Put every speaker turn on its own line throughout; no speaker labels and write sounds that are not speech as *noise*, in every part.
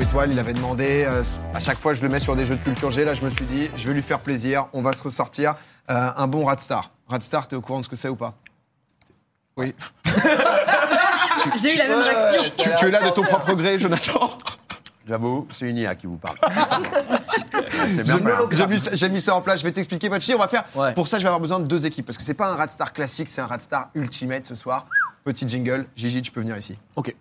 étoiles. Il avait demandé. euh, à chaque fois, je le mets sur des jeux de culture G. Là, je me suis dit, je vais lui faire plaisir. On va se ressortir euh, un bon Radstar. Radstar, t'es au courant de ce que c'est ou pas Oui.
J'ai eu la même réaction.
Tu, tu es là de ton propre gré, Jonathan.
J'avoue, c'est une IA qui vous parle. c'est bien fait, hein.
J'ai mis, ça- j'ai mis ça en place, je vais t'expliquer, Pachi. On va faire.
Ouais.
Pour ça, je vais avoir besoin de deux équipes parce que c'est pas un Radstar classique, c'est un Radstar Ultimate ce soir. Petit jingle. Gigi, tu peux venir ici.
Ok.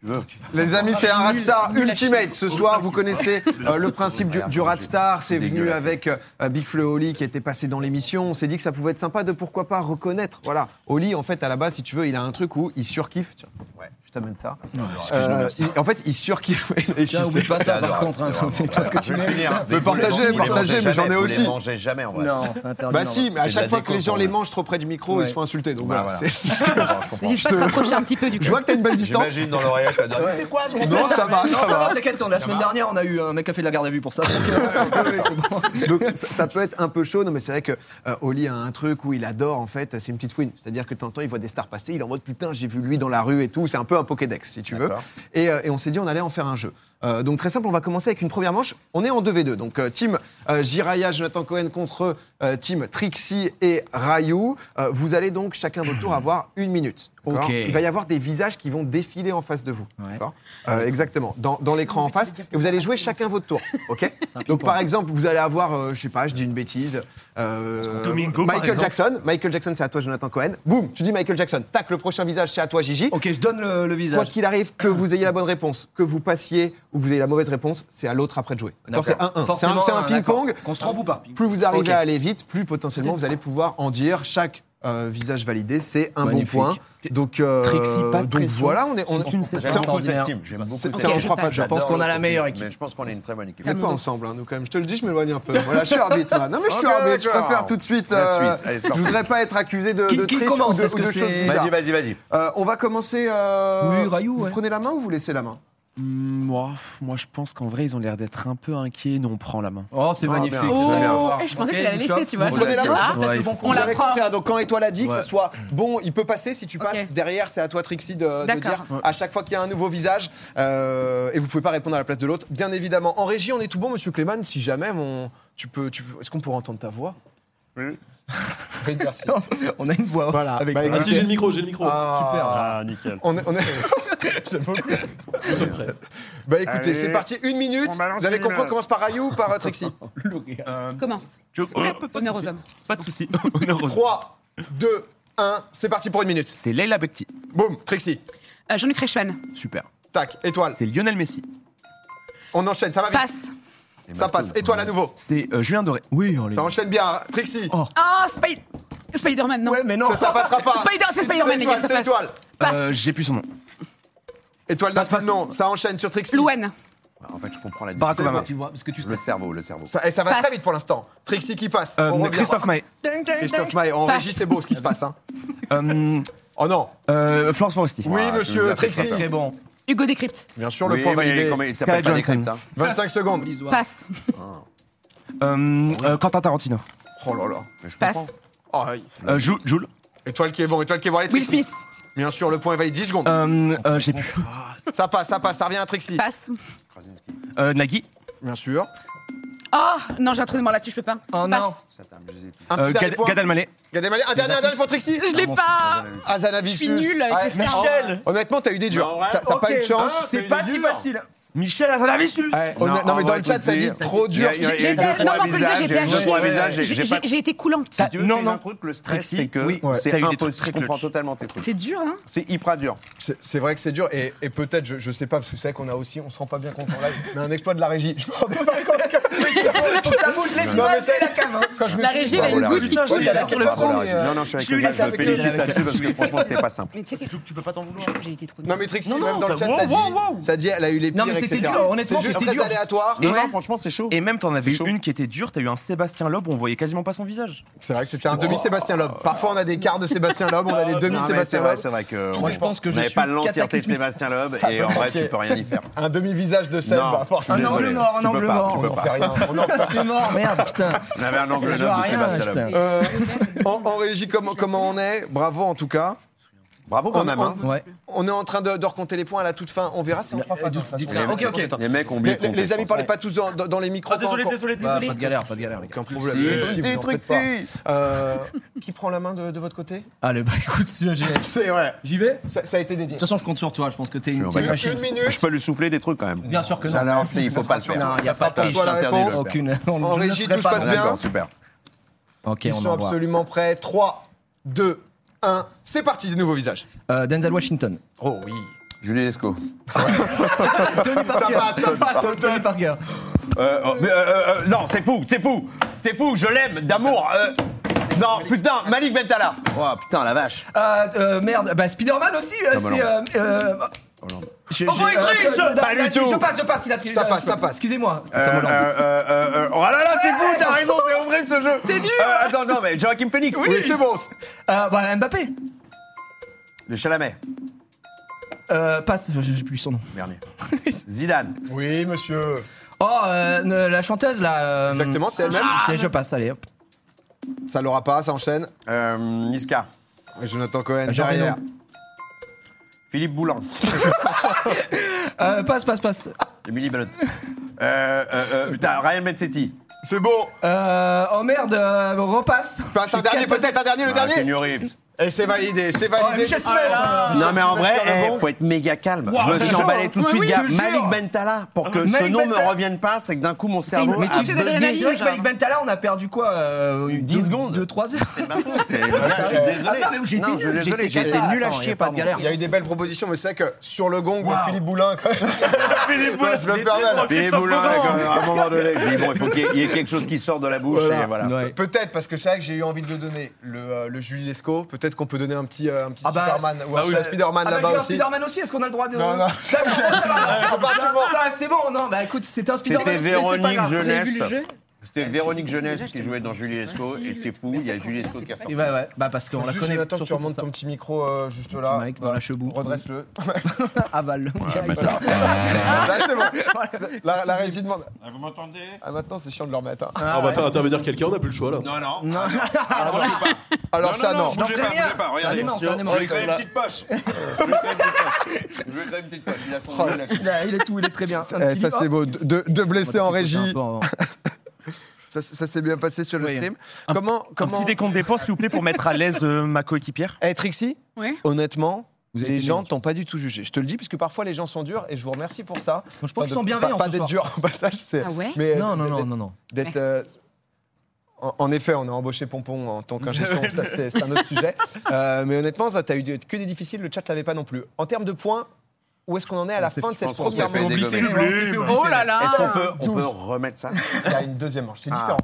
Tu veux
Les amis, c'est un
nul,
Radstar
nul à
Ultimate. Ce soir, vous connaissez euh, le principe du, du Radstar. C'est venu
Dégueulasse.
avec euh, Big Flo et Oli qui était passé dans l'émission. On s'est dit que ça pouvait être sympa de pourquoi pas reconnaître. Voilà. Oli, en fait, à la base, si tu veux, il a un truc où il surkiffe. Tiens, ouais, je t'amène ça. Euh, il- en fait,
*laughs*
il surkiffe. Il
Tiens, oublie pas ça par
J'adore,
contre. Hein,
j'adore.
Fais-toi ce que tu
Je vais
mets.
finir.
Mais
Vous
partagez,
les mangez
partagez,
jamais,
mais j'en ai
vous
aussi.
Les mangez jamais en vrai.
Non, c'est interdit.
Bah si, mais à
C'est de la
chaque fois que
déco,
les gens
quand
les
même.
mangent trop près du micro,
Ouais.
ils se font insulter. Donc
Voilà,
voilà.
voilà.
c'est-
Non, je comprends.
N'hésite pas à te rapprocher un petit peu du
*laughs* Je
coup.
vois que t'as une belle distance.
J'imagine dans l'oreillette, ça donne. Mais quoi ce gros
Non, ça va, ça
Non, ça
va.
va, t'inquiète, la semaine dernière, on a eu un mec qui a fait de la garde à vue pour ça.
Donc ça, ça peut être un peu chaud, non, mais c'est vrai que euh, Oli a un truc où il adore en fait, c'est une petite fouine. C'est-à-dire que de temps en temps, il voit des stars passer, il est en mode putain, j'ai vu lui dans la rue et tout. C'est un peu un Pokédex si tu veux.
D'accord.
Et, euh, et on s'est dit on allait en faire un jeu. Euh, donc très simple, on va commencer avec une première manche. On est en 2v2. Donc euh, team euh, Jiraya, Jonathan Cohen contre euh, team Trixie et Rayou. Euh, vous allez donc chacun votre tour avoir une minute. d'accord
Ok.
Il va y avoir des visages qui vont défiler en face de vous.
Ouais.
d'accord Euh, exactement. Dans, dans l'écran en face. Et vous allez jouer chacun votre tour.
*laughs*
Ok
un ping-pong.
Donc par exemple, vous allez avoir, euh, je sais pas, je dis une bêtise. euh,
Domingo, par
Michael
exemple.
Jackson. Michael Jackson, c'est à toi, Jonathan Cohen. Boum, tu dis Michael Jackson. Tac, le prochain visage, c'est à toi, Gigi.
Ok, je donne le, le
Quoi
visage.
qu'il arrive, que vous ayez la bonne réponse, que vous passiez ou que vous ayez la mauvaise réponse, c'est à l'autre après de jouer. D'accord, c'est
D'accord.
1-1. C'est un,
Forcément,
c'est un
hein,
ping-pong.
d'accord. Qu'on se trompe ou pas
Plus vous arrivez
Ok.
à aller vite, plus potentiellement vous allez pouvoir en dire. Chaque euh, visage validé, c'est un
Magnifique.
bon point. Donc, euh,
Trixie, pas de
donc
pression.
voilà, on est. On,
Si tu ne sais
on-
pas,
c'est
J'aime
en-
on
beaucoup cette
Extraordinaire.
team. J'aime beaucoup
C'est
cette
c'est en
team.
trois phases.
Je
J'adore
pense qu'on a
le
la
contenu,
meilleure équipe.
Mais je pense qu'on est une très bonne équipe.
On n'est pas ensemble, hein, nous, quand même. Je te le dis, je m'éloigne un peu. Voilà, je suis arbitre, moi. Non, mais je suis
Ok,
arbitre. Je
Ah, d'accord.
préfère tout de suite. euh,
La Suisse. Allez, c'est
je
parti.
voudrais pas être accusé de,
Qui-
de
qui
triche
commence
ou de,
Est-ce
ou
que
de choses
c'est-
bizarres.
Vas-y, vas-y, vas-y.
Euh, on va commencer. euh,
Oui, Rayou,
Vous
ouais.
prenez la main ou vous laissez la main
Hmm, Moi, pff, moi, je pense qu'en vrai, ils ont l'air d'être un peu inquiets. Nous, on prend la main.
Oh, c'est
Ah,
magnifique.
bien.
Oh,
j'aime bien.
eh, je pensais
Ok,
qu'il allait
Bouchard.
laisser, tu vois.
Vous prenez la main
Ah,
peut-être le bon
On
con-
Vous
la
avez
prend.
compris, hein, donc quand Étoile a dit que
Ouais.
ça soit bon, il peut passer. Si tu passes,
Ok.
derrière, c'est à toi, Trixie, de- de,
D'accord.
dire à chaque fois qu'il y a un nouveau visage. euh, et vous pouvez pas répondre à la place de l'autre. Bien évidemment, en régie, on est tout bon, monsieur Clément. Si jamais, mon- tu peux, tu peux- est-ce qu'on pourrait entendre ta voix Oui, merci.
On a une voix off
Voilà.
avec
Bah,
Ah
écoute,
si, j'ai le micro, j'ai le
Oh,
micro.
Ah.
Ah, nickel.
On est, on est- J'aime beaucoup. Bah écoutez,
Allez.
c'est parti, une minute.
On balance
Vous avez
une.
compris, on commence par Rayou ou par euh,
*laughs*
Trixie
Commence.
Je-
Honneur aux hommes.
Pas de *laughs* souci. Honneur aux-
3, 2, 1, c'est parti pour une minute.
C'est Leila Bekti.
Boum, Trixie.
Euh, Jean-Luc Reichmann.
Super.
Tac, étoile.
C'est Lionel Messi.
On enchaîne, ça va vite.
Passe.
Et
Ça
Mastoul.
passe, étoile à nouveau.
C'est euh, Julien Doré. Oui, allez.
Ça enchaîne bien, Trixie.
Oh.
Ah, Spider- Spider-Man, non.
Ouais, mais non.
Ça, ça passera pas.
Spider- c'est Spider-Man,
C'est
les gars,
étoile,
ça
c'est
passe.
étoile.
Passe.
Euh, J'ai plus son nom.
Étoile d'un non, ça enchaîne sur Trixie.
Louane.
En fait, je comprends la
Barack Obama.
Tu vois, parce que tu
Le cerveau, le cerveau.
Ça- et ça va
Passe.
très vite pour l'instant. Trixie qui passe.
Euh,
On revient.
Christophe Maé.
Christophe Maé. En
Passe.
régie, c'est beau ce qui se passe. hein.
Euh,
Oh non.
Ah,
euh, Florence Foresti.
Oui,
tu nous
monsieur
as fait
Trixie.
Très bon.
Hugo Décrypte.
Bien sûr, le
Oui,
point
mais
validé.
comment il s'appelle
Scarlett
pas des
Johansson.
cryptes, hein.
25 secondes.
Passe.
Euh, euh, Quentin Tarantino.
Oh là là.
Mais je
Passe.
comprends.
Oh, oui.
Euh, Jou- Jules.
Étoile qui est bon, étoile qui est bon, allez,
Will
Trixie.
Smith.
Bien sûr, le point est valide, 10 secondes.
Euh, euh, J'ai plus.
Ça passe, ça passe, ça revient à Trixie.
Passe.
Krasinski,
Euh, Nagui.
Bien sûr.
Oh, non, j'ai un trou de mort là-dessus, je peux pas.
Oh non.
Passe.
ça t'a abusé tout.
Un
Euh,
petit dernier
Gad,
point.
Gad Elmaleh.
Gad Elmaleh, un dernier, un dernier pour Trixie.
Je l'ai pas. Je
Azanavissus.
suis nulle avec les stars.
Michel.
Honnêtement, t'as eu des durs.
Non, ouais.
T'as t'as pas
Ok.
eu de chance.
Ah, C'est pas si facile.
Michel Azalavistus.
Ouais, honn- non, mais dans le chat, ça dit trop dur.
Il y a- il y a
J'ai
eu
été-
deux,
non,
trois
mais on peut le dire,
visages,
j'ai
il
été
y a eu deux,
agile.
trois visages, j'ai-
J'ai-
j'ai
j'ai-
pas-
j'ai été coulante.
T'as-
Tu veux
non,
que
non.
un truc, le stress
Trixie,
fait que
oui. Ouais. T'as eu
c'est
des
impossible.
trucs
Je
très
comprends
clutch.
totalement tes trucs.
C'est dur, hein
C'est hyper dur.
C'est c'est vrai que c'est dur et, et peut-être, je, je sais pas, parce que c'est vrai qu'on a aussi, on se rend pas bien compte en live, mais un exploit de la régie. Je me rendais pas compte.
Ça bouge les
Non, mais
images
c'est-
et la cam. hein.
Quand je me
La
suis dit,
régie, elle a
bravo,
une
la
goutte
régie.
qui coule
Ouais,
là,
d'accord,
sur le
bravo,
Bravo,
front.
la
mais,
régie.
euh,
Non, non, je suis avec
je
le
lui
gars,
laisse
je le
avec
félicite
elle.
là-dessus parce que franchement, c'était pas simple.
Mais tu sais que
Tu peux pas t'en vouloir.
j'ai été trop
Non,
nulle.
mais Trixie,
Non,
même
non,
dans le
t'as-
chat,
wow,
ça, dit,
wow, wow.
ça dit, elle a eu les pires
Non, mais c'était
etc.
dur, honnêtement,
C'est juste
c'était
très
dur.
aléatoire.
Et-
Ouais.
Non, franchement, c'est chaud.
Et même, t'en avais
chaud.
une qui était dure, t'as eu un Sébastien Loeb, on voyait quasiment pas son visage.
C'est vrai que c'était un demi-Sébastien Loeb. Parfois, on a des quarts de Sébastien Loeb, on a des
Non, mais c'est
demi-Sébastien
vrai,
Loeb.
c'est vrai que.
Moi, je pense que
on
je
n'avait
suis
pas l'entièreté de
cataclysmique.
Sébastien Loeb,
Ça
et
peut
en vrai,
manquer.
tu peux rien y faire.
Un demi-visage de Seb,
Non.
bah, forcément.
Un angle
Désolé,
mort, un
tu peux
angle
pas,
mort.
tu
On
peux
n'en
pas.
fait rien. On en fait
C'est mort, merde, putain.
On avait un angle
Je
noble
vois
de
rien,
Sébastien
putain.
Loeb.
*laughs* Euh, en, en régie, comment, comment on est Bravo en tout cas.
Bravo quand même, hein.
Ouais.
On est en train de, de recompter les points à la toute fin. On verra si on prend pas de toute façon.
dites-le. Ok, ok.
Les mecs ont
Les,
bien
les- les amis, parlez pas tous dans, dans- dans les micros. pas encore.
désolé,
Bah, pas de galère, pas de galère, les gars.
Aucun problème.
Si.
Vous en faites pas. Euh, qui prend la main de, de votre côté
Allez, bah *laughs* écoute, j'y vais. De
C'est vrai.
J'y vais. De
Ça, ça a été dédié.
toute façon, je compte sur toi, je pense que t'es
Je
une
suis
petite
en
machine.
Une minute.
Je peux lui souffler des trucs quand même.
Bien sûr que non.
Alors, il faut pas le
Non,
faire.
il n'y a
Ça
pas
sera
de
pour
triche.
toi, la
Interdit,
réponse.
le faire.
Aucune. on-
En
je ne
régie,
ferai
tout
pas.
se passe bien.
D'accord, super.
Ok,
Ils
on
sont
envoie.
absolument prêts. 3, 2, 1. C'est parti, des nouveaux visages.
Euh, Denzel Washington.
Oh oui. Julie Lescaut.
Tony Parker.
passe, ça passe,
Tony Parker.
Euh, oh, mais, euh, euh, euh, non, c'est fou, c'est fou, c'est fou, je l'aime d'amour. euh, non, putain, Malik Bentala. Oh putain, la vache.
Euh, euh, merde, bah Spider-Man aussi, euh,
Tom
c'est.
Holland.
euh, euh, je-
Oh,
j'ai-
Android
euh,
Russe
euh,
Pas du tout.
Je passe, je passe, il a triché.
Ça passe, ça passe.
Excusez-moi.
Euh, euh, euh, euh, euh, oh là là, c'est fou, t'as raison, c'est horrible ce jeu.
C'est dur.
Euh, attends, non, mais Joachim Phoenix.
Oui, c'est bon.
Euh, bah, Mbappé.
Le Chalamet,
Euh, passe, je- j'ai plus son nom.
*laughs*
dernier. Zidane.
Oui, monsieur.
Oh, euh, ne- la chanteuse là. euh,
Exactement, c'est elle-même. Ah,
je, je passe, allez hop.
Ça l'aura pas, ça enchaîne.
Euh, Niska.
Jonathan Cohen,
Jean
derrière.
*laughs*
Philippe Boulan.
Euh, passe, passe, passe.
Emily Blunt. Euh, euh, euh, putain, Ryan Ah, Metzetti.
C'est bon.
Euh, oh merde, euh, repasse.
Passe un dernier, peut-être un dernier, le
Ah,
dernier.
Keanu Reeves.
Et c'est validé, c'est
Oh,
validé.
Michel Simès.
Ah,
Non mais en vrai,
Sylvester
eh,
Lebon.
faut être méga calme. je me
c'est
suis
chaud,
emballé
hein.
tout de
Ouais,
suite,
oui,
gars.
je te
Malik
jure.
Bentala, pour que ce
Malik
nom
Bentala.
me revienne pas, c'est que d'un coup mon
une
cerveau
petite
a
crise
bugué.
d'adrénaline.
*laughs*
C'est vrai que Malik Bentala, on a perdu quoi euh,
10 secondes.
2 3 heures.
C'est ma faute. Et voilà, je suis
Ah,
désolé.
non, mais j'étais
Non, je suis
nul,
désolé, j'étais
cata.
nul à
Attends,
chier,
y a pas de
pardon.
galère.
Il y a eu des belles propositions, mais c'est vrai que sur le gong,
Wow.
Philippe Boulin, quand même. *laughs* Philippe Boulin, je me permets.
Puis
*laughs*
les boulins, là, euh, quand même, à un moment donné, je dis, bon, il faut qu'il y, ait- il y ait quelque chose qui sorte de la bouche.
Voilà.
Et voilà.
Ouais.
Peut-être, parce que c'est vrai que j'ai eu envie de le donner, le, euh, le Julie Lescaut. Peut-être qu'on peut donner un petit, euh, un petit
Ah bah,
Superman ou un
oui.
Spider-Man
Ah bah,
là-bas
j'ai un
aussi.
Spider-Man aussi, est-ce qu'on a le droit de.
Non, non.
D'accord, ça
*laughs*
va. Ah, c'est bon, non, bah écoute, c'était un Spider-Man.
C'était
aussi, mais c'est pas
Véronique
grave.
Vous avez vu le
Jeunesse.
jeu
C'était Véronique Jeunesse
Bah, Déjà, je
qui
te
jouait
dis,
dans Julie Esco.
facile,
Et c'est fou, il y a Julie Esco qui a sorti.
Et ouais, ouais, bah parce qu'on la
Juste,
connaît.
Jonathan, que tu
surtout
remontes
pour
ton petit micro euh, juste là.
Petit mic dans la chebou.
Redresse-le.
ça. Avale.
*laughs* là, c'est bon. La, la régie demande.
Vous m'entendez
Ah, maintenant, c'est chiant de le remettre. hein.
Ah,
Ah, on va
ouais.
faire intervenir quelqu'un, on n'a plus le choix là.
Non, non. Ah, Non,
Ah,
non,
Alors, ça, non.
bougez
J'en
pas,
sais rien.
bougez pas, regardez.
Ah, non, non, c'est un
Je
émeraude,
vais créer une
là.
petite poche. Je vais
*laughs*
créer une petite poche. Je vais créer une petite poche. Il a
Oh
son nez, là.
Il a- Il est tout, il est très bien. Un
Eh,
petit-
ça, c'est
Oh,
beau. Deux deux blessés en régie.
un peu en-
Ça, ça s'est bien passé sur le
Oui.
stream. Comment. comment...
Un petit décompte des points, s'il vous plaît, pour mettre à l'aise euh, ma coéquipière.
Eh, Trixie,
Ouais.
honnêtement,
Vous avez
les
été
gens
bien.
t'ont pas du tout jugé. Je te le dis, parce que parfois les gens sont durs et je vous remercie pour ça.
Moi, je pense
Enfin,
qu'ils
de-
sont bienveillants.
Pas, pas
ce
d'être
soir.
dur au passage, c'est.
Ah ouais
mais, euh,
Non, non, non,
d'être-
non, non.
d'être, euh, en, en effet, on a embauché Pompon en tant
*laughs*
qu'ingénieur, ça c'est c'est un autre sujet. Euh, mais honnêtement, ça t'as eu des- que des difficiles, le chat l'avait pas non plus. En termes de points, où est-ce qu'on en est
Ah,
à la fin de cette
pense qu'on s'est
première
fait
manche
dégommer.
Oh là là
Est-ce qu'on peut, on peut remettre
Ah,
ça
Il y a une deuxième manche, c'est
Ah,
différent.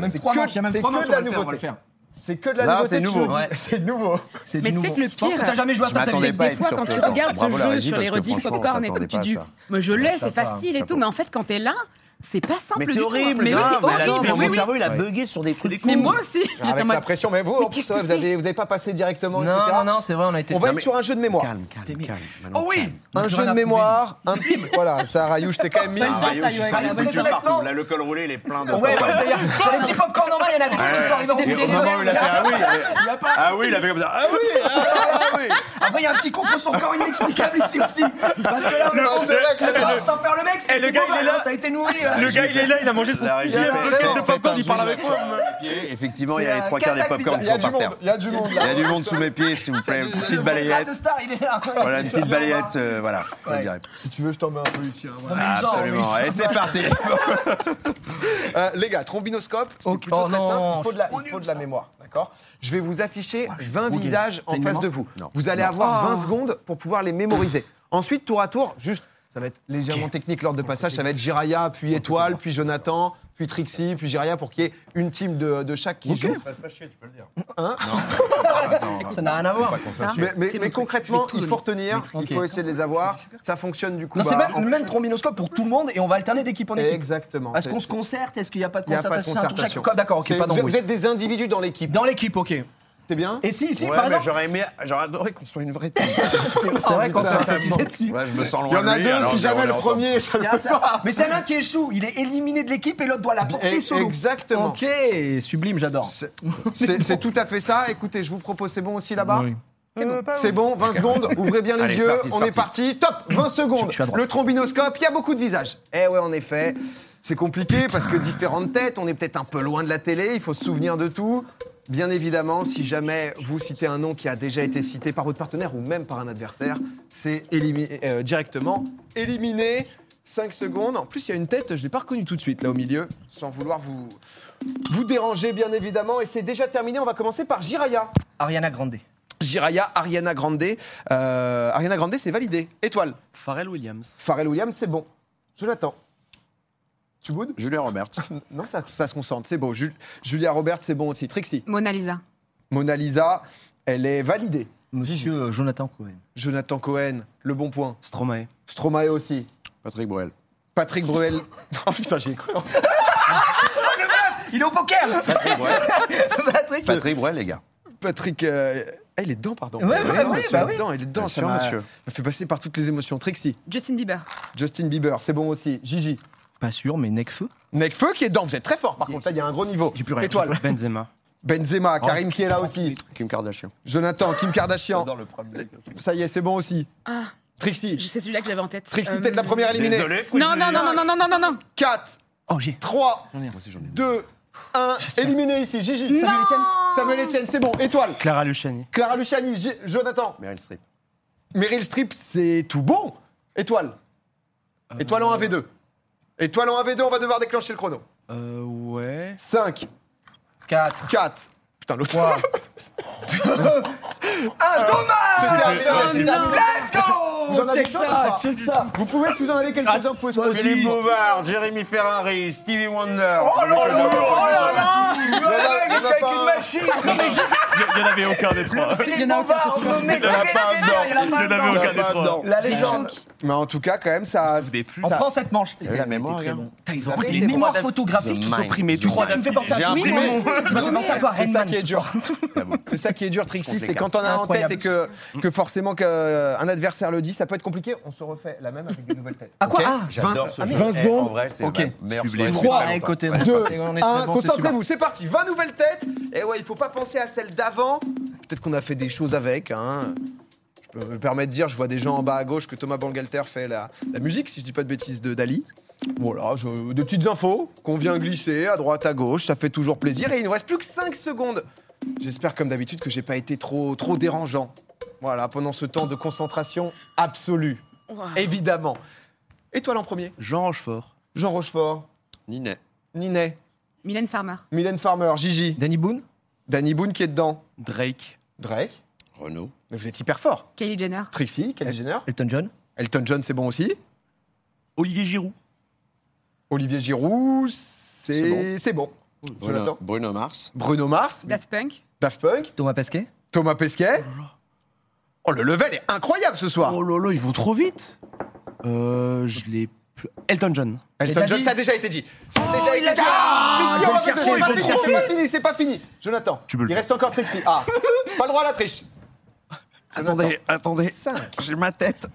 ouais.
C'est
Trois
que-
manches, il y a même
c'est
trois
que
manches,
de
on
la
va le faire, on va le
nouveauté.
faire.
C'est que de la
Là,
nouveauté.
c'est
tu
nouveau.
le dis.
Ouais.
*laughs* C'est nouveau.
C'est
Mais
du
tu sais
nouveau.
que le
Je pense que
pire-
t'as jamais joué à
Je
ça ta
m'attendais
vie.
C'est que
pas à
des
être
fois, quand tu
surpris, hein.
regardes
Bravo
ce
la
jeu
régie,
sur
parce
les
que
rediffs
franchement, on
popcorn et tout, tu
s'attendait
dis,
pas à ça.
mais je l'ai, c'est
ça va,
facile et
ça
tout,
va.
mais en fait, quand t'es là, c'est pas simple.
Mais
du
c'est
tout. hein.
horrible,
Mais oui,
grave,
c'est horrible,
attends,
mais
mon
oui, oui.
cerveau il a
Ouais.
bugué sur des trucs
Mais
fous.
moi aussi, j'étais
Avec
en mode.
la pression, mais vous, en
Mais
plus,
qu'est-ce que
vous avez, vous avez pas passé directement,
Non,
etc.
non, non, c'est vrai, on a été.
On va
Non,
être
mais-
sur un jeu de mémoire.
Calme, calme, calme. Maintenant, Ah,
Oh oui
calme.
Un
Donc,
jeu
Johanna
de mémoire, un petit. voilà, ça, Rayou, je t'ai quand même mis.
Ah, bah, yo, je suis
Ouais,
sorti
ouais,
foutu
ouais.
partout. Là, le col roulé, il est plein de.
Ouais, ouais, d'ailleurs, sur les petits popcorn en main, il y en a deux qui sont arrivés en
Et
Et
plus.
au moment où il a fait ah oui, il avait-
Il y a pas-
ah oui, il avait comme ça. Ah oui, ah, ah oui.
Après, il y a un petit contre son corps inexplicable ici aussi. Parce que là, on
Non,
est
c'est vrai que le-
sans faire le mec, c'est
le
c'est
gars,
bon,
il est là.
ça a été nourri. là.
Le gars, il est là, il a mangé son
La régie
style, il a
fait-
un paquet
fait
de popcorn,
un
il parle
zoom,
avec moi.
Et Effectivement, il y a les trois
C'est
quarts des
un
popcorn
cataclysme.
Il
qui
y a
sont
du
par terre.
monde, il y a du monde
Il
là.
y a du monde sous mes pieds, s'il vous plaît. Une petite
Le
balayette.
de star, il est là.
Voilà, une petite balayette, euh, voilà, ça dirait.
Si tu veux, je t'en mets un peu ici. hein, voilà.
Ah,
Absolument.
oui.
Et c'est parti.
Euh, les gars, trombinoscope, c'est
Ok.
plutôt
Oh
très
non,
simple. Il faut de la,
on
il
est
faut de
où,
la
ça
mémoire, d'accord Je vais vous afficher 20
Ok,
visages
t'as
en
une
face
mémoire
de vous.
Non.
Vous allez avoir 20 secondes pour pouvoir les mémoriser. Ensuite, tour à tour, juste, ça va être légèrement technique l'ordre de passage, ça va être Jiraya, puis Étoile, puis Jonathan, puis Trixie, puis Jiraya pour qu'il y ait une team de, de chaque qui joue.
Ça se pas chier, tu peux le dire.
Hein
Ça n'a rien à voir.
ça.
Mais, mais- mais
C'est mon truc. Je
concrètement,
vais tout
il faut
donner.
retenir, il faut essayer de les avoir. Ça fonctionne du coup.
Non, c'est
bah,
même
en-
le même trombinoscope pour tout le monde et on va alterner d'équipe en équipe.
Exactement.
Est-ce qu'on
C'est-
se concerte Est-ce qu'il n'y a pas de
Il y a pas de
concertation C'est un truc
concertation.
chaque- D'accord,
c'est-
ok, pas
vous, êtes-
d'embrouille.
vous êtes des individus dans l'équipe.
Dans l'équipe, ok.
C'est bien
Et si, si,
Ouais,
par
mais
exemple,
j'aurais aimé, j'aurais adoré qu'on soit une vraie team.
c'est vrai qu'on
ça,
s'est
ça me
amusé dessus.
Ouais, je me sens
Il y
loin
en a
de lui,
deux,
alors
si
je vais
jamais le
rouler ensemble.
premier, ça
Il
ne
y a
peut
ça.
pas.
Mais c'est l'un qui échoue, il est éliminé de l'équipe et l'autre doit la porter
Et-
solo.
Eh, Exactement.
Ok, sublime, j'adore.
C'est- C'est c'est tout à fait ça. Écoutez, je vous propose, c'est bon aussi là-bas
Euh, pas
C'est bon, 20 secondes, ouvrez bien les
Allez, c'est
yeux,
parti, c'est
on est parti, top, 20 secondes.
Je suis à droite.
Le trombinoscope, il y a beaucoup de visages. Eh ouais, en effet, c'est compliqué parce que différentes têtes, on est peut-être un peu loin de la télé, il faut se souvenir de tout. Bien évidemment, si jamais vous citez un nom qui a déjà été cité par votre partenaire ou même par un adversaire, c'est élimi- euh, directement éliminé. 5 secondes. En plus, il y a une tête, je ne l'ai pas reconnue tout de suite là au milieu, sans vouloir vous, vous déranger bien évidemment. Et c'est déjà terminé, on va commencer par Jiraya.
Ariana Grande.
Jiraya, Ariana Grande. Euh, Ariana Grande, c'est validé. Étoile.
Pharrell Williams.
Pharrell Williams, c'est bon. Je l'attends. Tu boudes
Julien Robert.
Non, ça, ça se concentre, c'est bon. Ju- Julia Roberts, c'est bon aussi. Trixie.
Mona Lisa.
Mona Lisa, elle est validée.
Monsieur euh, Jonathan Cohen.
Jonathan Cohen, le bon point.
Stromae.
Stromae aussi.
Patrick Bruel.
Patrick Bruel. *laughs* oh putain, j'y ai cru.
Il est au poker
*laughs*
Patrick Bruel.
Patrick
Patrick Bruel, les gars.
Patrick. euh, ah, il est dedans, pardon.
Ouais, ouais,
Il est
ouais,
dedans,
ouais,
monsieur,
bah
il est dedans, il est dedans.
Bien
ça
sûr,
m'a-
monsieur.
m'a fait passer par toutes les émotions. Trixie.
Justin Bieber.
Justin Bieber, c'est bon aussi. Gigi.
Pas sûr, mais Necfeu.
Necfeu qui est dedans. Vous êtes très fort, par contre. Là, il y a un gros niveau.
J'ai plus rien.
Étoile.
Benzema.
Oh,
Benzema, Karim qui est là aussi.
Kim Kardashian.
Oh. Jonathan, Kim Kardashian.
J'adore le premier.
Ça y est, c'est bon aussi.
Ah,
Trixie.
c'est celui-là que j'avais en tête.
Trixie,
Euh,
peut-être la première éliminée.
Désolé.
Non, non, non, non, non, non, non, non, non.
4,
Oh, j'ai.
3,
Moi aussi, j'en ai
2, 1. Éliminé ici. Gigi.
Non.
Samuel Etienne, c'est bon. Étoile.
Clara Luciani.
Clara Luciani, J- Jonathan.
Meryl Streep.
Meryl Streep, c'est tout bon. Étoile.
Euh,
Étoile en 1v2. Étoile en 1v2, on va devoir déclencher le chrono.
Euh, ouais.
5,
4.
4. Putain, l'autre.
Ah,
C'est terminé,
dommage
non,
c'est
non.
terminé.
Let's
Vous en
go
avez
Check
d'autres ou
ça,
pas
check ça
*laughs* Vous pouvez, si vous en avez quelques-uns, vous pouvez se
toi aussi.
Philippe Bouvard, Jérémy Ferrari, Stevie Wonder. Oh
Il y en a- il y en a
Avec
pas
une
un.
machine
Il n'y en avait aucun des trois.
Oh, Il y en a aucun.
Bouvard,
surtout.
le mec,
Il n'y en a
*laughs*
il y
pas un dedans.
il y en a
Il
pas
n'y
un
en avait
dedans.
aucun des trois.
La
J'ai le
légende.
choc.
Mais en tout cas, quand même, ça.
souvenez plus.
On prend cette manche.
la mémoire, hein.
Putain, ils ont
Avec des
pris une
Mémoire
mémoire
The
photographique.
Mind.
imprimée.
The
Tu crois
Mind.
Tu me fais penser à
J'ai
toi.
imprimé
Oui, mais- Tu m'as fait penser à toi,
C'est ça
Rainman.
qui est dur. *laughs* C'est ça qui est dur, Trixie,
Contre les
c'est quand on
cartes.
a en tête
Incroyable.
et que, que forcément qu'un adversaire le dit, ça peut être compliqué. On se refait la même avec des nouvelles têtes.
À quoi
Ok
Ah,
J'adore ce jeu.
20
Eh,
secondes.
En vrai, c'est
Ok.
ma meilleure
Sublime.
soirée.
Trois.
depuis longtemps.
Ouais, hein, côté-
Ouais.
Deux,
on est très
un,
bon, c'est
concentrez-vous, c'est parti, 20 nouvelles têtes. Et ouais, il faut pas penser à celle d'avant. Peut-être qu'on a fait des choses avec. hein. Je peux me permettre de dire, je vois des gens en bas à gauche que Thomas Bangalter fait la, la musique, si je dis pas de bêtises, de Dali. Voilà, je- des petites infos qu'on vient glisser à droite, à gauche, ça fait toujours plaisir. Et il nous reste plus que 5 secondes. J'espère, comme d'habitude, que j'ai pas été trop, trop dérangeant. Voilà, pendant ce temps de concentration absolue,
Ouah.
évidemment. Étoile en premier,
Jean Rochefort.
Jean Rochefort,
Ninet.
Ninet,
Mylène Farmer.
Mylène Farmer, Gigi.
Danny Boone
Danny Boone qui est dedans.
Drake.
Drake.
Renault.
Mais vous êtes hyper fort.
Kylie Jenner.
Trixie, Kylie Jenner.
Elton John
Elton John, c'est bon aussi.
Olivier Giroud.
Olivier Giroud, c'est c'est bon.
Bruno,
Jonathan.
Bruno Mars.
Bruno Mars,
Daft Punk.
Daft Punk,
Thomas Pesquet
Thomas Pesquet. Oh, le level est incroyable ce soir.
Oh là là, ils vont trop vite. Euh, je l'ai. plus- Elton John.
Elton
t'as
John,
dit-
ça a déjà été dit. Ça
Oh,
a déjà été dit.
je vais
Trixie,
chercher,
on va-
je vais
c'est pas fini, c'est pas fini, c'est pas fini. Jonathan,
Tu me le
il
fais.
reste encore Trixie.
*laughs*
Ah, pas le droit à la triche.
Attendez, attendez.
Cinq.
J'ai ma tête.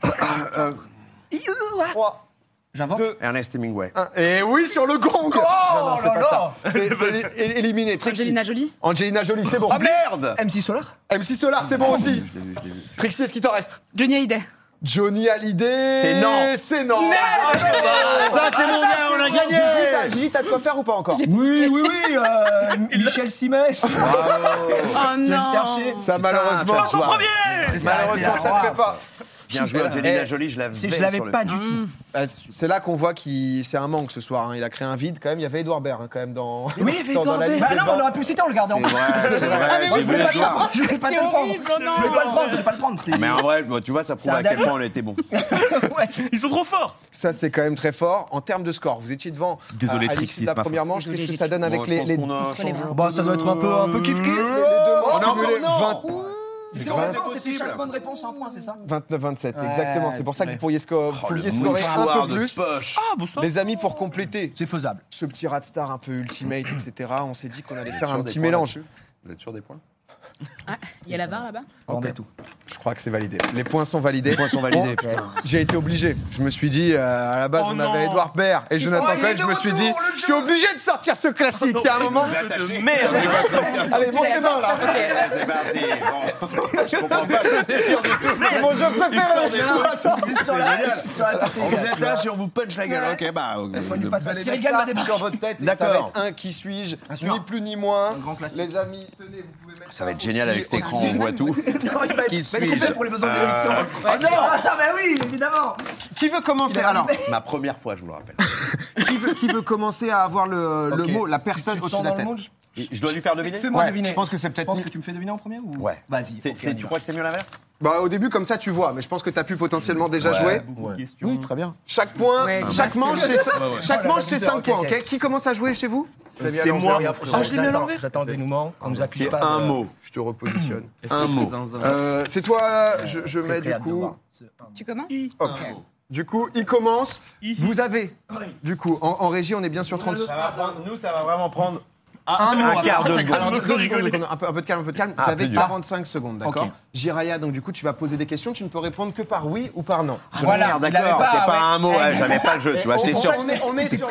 3,
J'invente. Oh
Deux.
Ernest Hemingway.
1. *laughs* Et oui, sur le gong. non, non, c'est
là
pas
là.
ça. C'est- c'est é- éliminé. Trixie.
Angelina Jolie.
Angelina Jolie, c'est bon.
Oh merde
MC Solar
MC Solar, c'est bon aussi. Trixie, est-ce qu'il t'en reste
Johnny Hallyday.
Johnny Hallyday.
C'est non.
C'est non. Ah, Ça, c'est mon gars, on a gagné. Gigi, t'as de quoi faire ou pas encore
Oui, oui, oui euh, Michel Simès *laughs* Je
Bravo
Oh
vais le
non.
chercher
Ça, malheureusement,
ça se voit.
Ah, malheureusement, ça ne fait pas.
Bien joué, Angelina Jolie, je l'avais
Si je l'avais
sur le-
*laughs*
pas du tout.
Euh, C'est là qu'on voit qu'il c'est un manque ce soir. hein. Il a créé un vide quand même. Il y avait Edouard Baird hein, quand même dans.
Oui,
*laughs* dans, dans la
Victor, mais...
liste
Bah
des
non,
bancs.
on aurait pu le citer, on le gardait en
C'est
bas.
vrai,
*laughs*
c'est vrai.
Je
j'ai
voulais
voulu
pas te le
voir.
prendre, je voulais pas te le prendre. Je voulais pas le prendre, je voulais pas le prendre. c'est-
Mais en vrai, bah, tu vois, ça prouve
un
à quel
dada.
point on était bon.
*laughs* Ouais.
Ils sont trop forts
Ça c'est quand même très fort. En termes de score, vous étiez devant.
Désolé,
euh, à
Trixie,
l'issue de
c'est
la
ma
première manche. Qu'est-ce
Désolé,
que
j'ai
ça donne avec les, les, les deux manches
Entre les bras.
Bah, ça doit être un peu un peu kiff kiff.
On est
non,
cumulé
non,
20
C'était
grave.
vraiment, C'était
Impossible.
chaque bonne réponse un point, c'est ça
29-27,
Ouais,
exactement. C'est pour ça que
ouais.
vous pourriez,
Oh,
sco- vous
Le
pouviez scorer un
mouchoir
peu
de
plus.
poche.
Ah, bon ça
Les amis, pour compléter
C'est faisable.
ce petit rat star un peu ultimate, etc., on s'est dit qu'on allait faire
Sur
un
des
petit
points
mélange.
Vous êtes sûr des points
Il y a la barre là-bas
On est tout.
Je crois que c'est validé. Les points sont validés. Les points
sont validés,
J'ai été obligé. Je me suis dit, euh, à la base,
Oh
on
non.
avait Edouard Baird et Jonathan
Oh, il est
Cohen.
de
Je me suis
retour,
dit,
le
je suis obligé de sortir ce *laughs* classique. Il y a un moment.
attaché.
Merde
Allez, monte les mains là.
C'est parti. *laughs* Bon, je comprends pas.
C'est mon jeu préféré. je vous attends.
C'est sur la c'est sur la tête.
On vous attache et on vous punch la gueule. Ok, bah.
Faut nous pas
Vous
te-
allez
Cyril
mettre
Gann
ça
va débarquer.
sur votre tête. et Ça
D'accord.
va être un qui suis-je,
sûr.
ni plus ni moins.
Un grand classique.
Les amis, tenez, vous pouvez mettre
Ça va être
aussi
génial avec cet
au-
écran, on voit *laughs* tout.
*laughs* Non, il va
Qui
être- va être
suis-je
complet pour les besoins de l'émission.
Euh,
*laughs* Ah non, ah bah oui, évidemment.
Qui veut commencer Alors,
Ma première fois, je vous le rappelle.
qui veut, qui veut commencer à avoir le, le
Ok.
mot, la
Tu
personne
te
au-dessus
sens
de la
dans le
tête
monde, je-
Je je dois lui faire deviner
Fais-moi
Ouais,
deviner.
je pense que c'est peut-être
Je pense
mieux.
que tu me fais deviner en premier ou
Ouais.
Vas-y.
C'est-
ok,
c'est-
on y
Tu
va.
crois que c'est mieux l'inverse
Bah, au début, comme ça, tu vois, mais je pense que tu as pu potentiellement déjà jouer.
Oui, très bien.
Chaque point,
Ouais,
chaque
parce que-
manche, c'est chaque
Oh là
manche,
là,
c'est
bizarre,
5
ok,
points,
ok.
ok Qui commence à jouer chez vous
C'est moi.
Ah, je l'ai mis à l'envers. J'attends le dénouement, qu'on nous accuse
C'est
pas.
un
de-
mot.
Je te repositionne.
Un mot.
Euh, c'est toi, euh, je, je
Très,
mets
très
du
hâte de
coup.
voir. C'est un mot.
Tu commences
Hop. Du coup, il commence. Vous avez, du coup, en, en régie, on est bien sur 30
Ça va prendre- Nous, ça va vraiment prendre
Un mot.
un quart de
Alors,
seconde.
Ah, deux- deux secondes, deux secondes, un, peu, un peu de calme, un peu de calme.
Ah,
vous
un peu
avez
dur.
45 secondes, d'accord
Ok.
Jiraya, donc du coup, tu vas poser des questions. Tu ne peux répondre que par oui ou par non.
Je
Voilà,
merde,
il l'avait
d'accord,
pas,
c'est
ouais.
pas un mot, ouais, j'avais pas le jeu, tu vois,
on,
j'étais
on-
sûr.
Eh, on est, on est sur-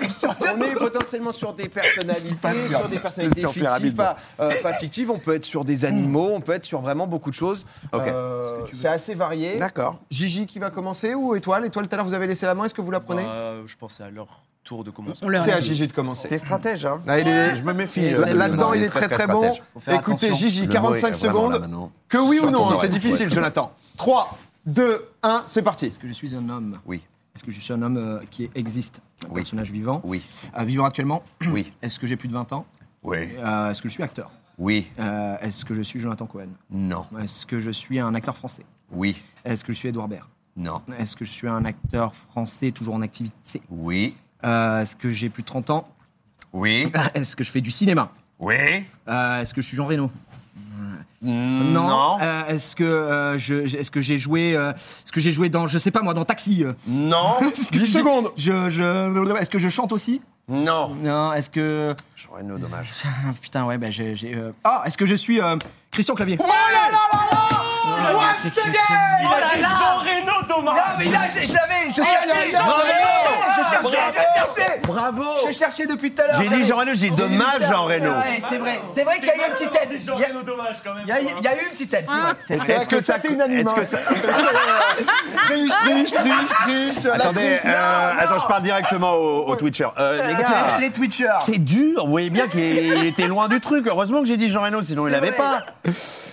on est potentiellement sur des personnalités, sur des personnalités
Sur
fictives,
pyramide.
pas, euh, pas fictives. On peut être sur des animaux, on peut être sur vraiment beaucoup de choses.
Ok.
Euh, c'est assez varié.
D'accord.
Gigi qui va commencer ou Étoile Étoile, tout à l'heure, vous avez laissé la main. Est-ce que vous la prenez
Euh,
Bah, Je pensais à leur tour de commencer.
On leur
C'est à Gigi de commencer.
T'es stratège, hein
Là, Ah, il est-
Je me méfie. euh,
Là- Là-dedans, il est très très bon.
Faut faire
Écoutez,
attention.
Gigi, 45 secondes. Que oui ou
Sur ton
non, hein, c'est
oreille.
difficile,
Ouais.
Jonathan. 3, 2, 1, c'est parti.
Est-ce que je suis un homme
Oui.
Est-ce que je suis un homme euh, qui existe Un
Oui.
personnage vivant
Oui,
Euh, Vivant actuellement
oui,
*clears throat* Est-ce que j'ai plus de 20 ans
oui,
Euh, Est-ce que je suis acteur
oui,
Euh, Est-ce que je suis Jonathan Cohen
non,
Est-ce que je suis un acteur français
oui,
Est-ce que je suis Edouard Baird
non,
Est-ce que je suis un acteur français toujours en activité
oui,
Euh, Est-ce que j'ai plus de 30 ans *laughs*
oui,
Est-ce que je fais du cinéma
oui,
Euh, Est-ce que je suis Jean Reno
non, Mmh, Mm, non,
Euh, Est-ce que euh, je- je- est-ce que j'ai joué euh, Est-ce que j'ai joué dans je sais pas moi dans Taxi euh
non,
Est-ce que
10
je-
secondes.
Je, je- est-ce que je chante aussi
non.
Non. Est-ce que
J'aurais nos dommages.
Ah, putain ouais bah j'ai. j'ai, euh, Ah est-ce que je suis euh, Christian Clavier
Oh
Oh
Once again
Il a dit Jean Reno, Thomas
mais là je l'avais.
Eh,
Je
cherchais, je cherchais,
cherchais. Je cherchais.
Bravo
cherchais depuis tout à l'heure.
J'ai dit Jean Reno, j'ai dit dommage Jean Reno.
c'est vrai. C'est vrai qu'il y a eu une petite tête.
C'est Jean Reno, dommage quand même. hein.
Il y a, il y a eu une petite tête. c'est vrai, c'est vrai.
Est-ce que ça... Est-ce que ça...
hein. Triche, triche, triche, triche.
Attendez, euh,
non.
attends, je parle directement au, au Twitcher. Euh, les gars,
Les, les Twitchers.
c'est dur. Vous voyez bien qu'il était loin du truc. Heureusement que j'ai dit Jean Reno, sinon il
C'est
l'avait
vrai.
pas.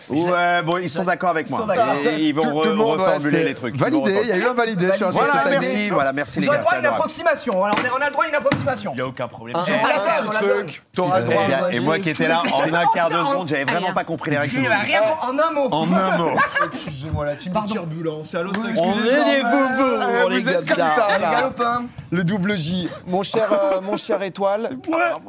Ouais, bon, ils sont d'accord avec moi.
sont d'accord.
Et ils vont
Tout,
re-
tout le monde ouais,
euh, reformuler
c'est
les trucs. Ils vont
Validé, il y a eu un validé sur un
Voilà,
simultané.
merci, voilà, merci les
Vous
gars,
avez le droit
c'est
à une
adorable.
approximation. Voilà, on, est- on a le droit à une approximation.
Il y a aucun problème.
Un,
J'ai la
un
tête,
petit
on la
truc, t'auras le droit à un
Et, et moi qui étais là, en un quart de seconde, j'avais vraiment
Rien.
pas compris les règles.
Il y a rien en en un mot.
En un mot.
*laughs*
Excusez-moi, la team turbulence, à l'autre
On est des vous
Euh,
on est
Eh, Vous êtes
comme
comme
ça.
ça,
Les
là.
galopins.
Le double J, mon cher, euh, mon cher étoile.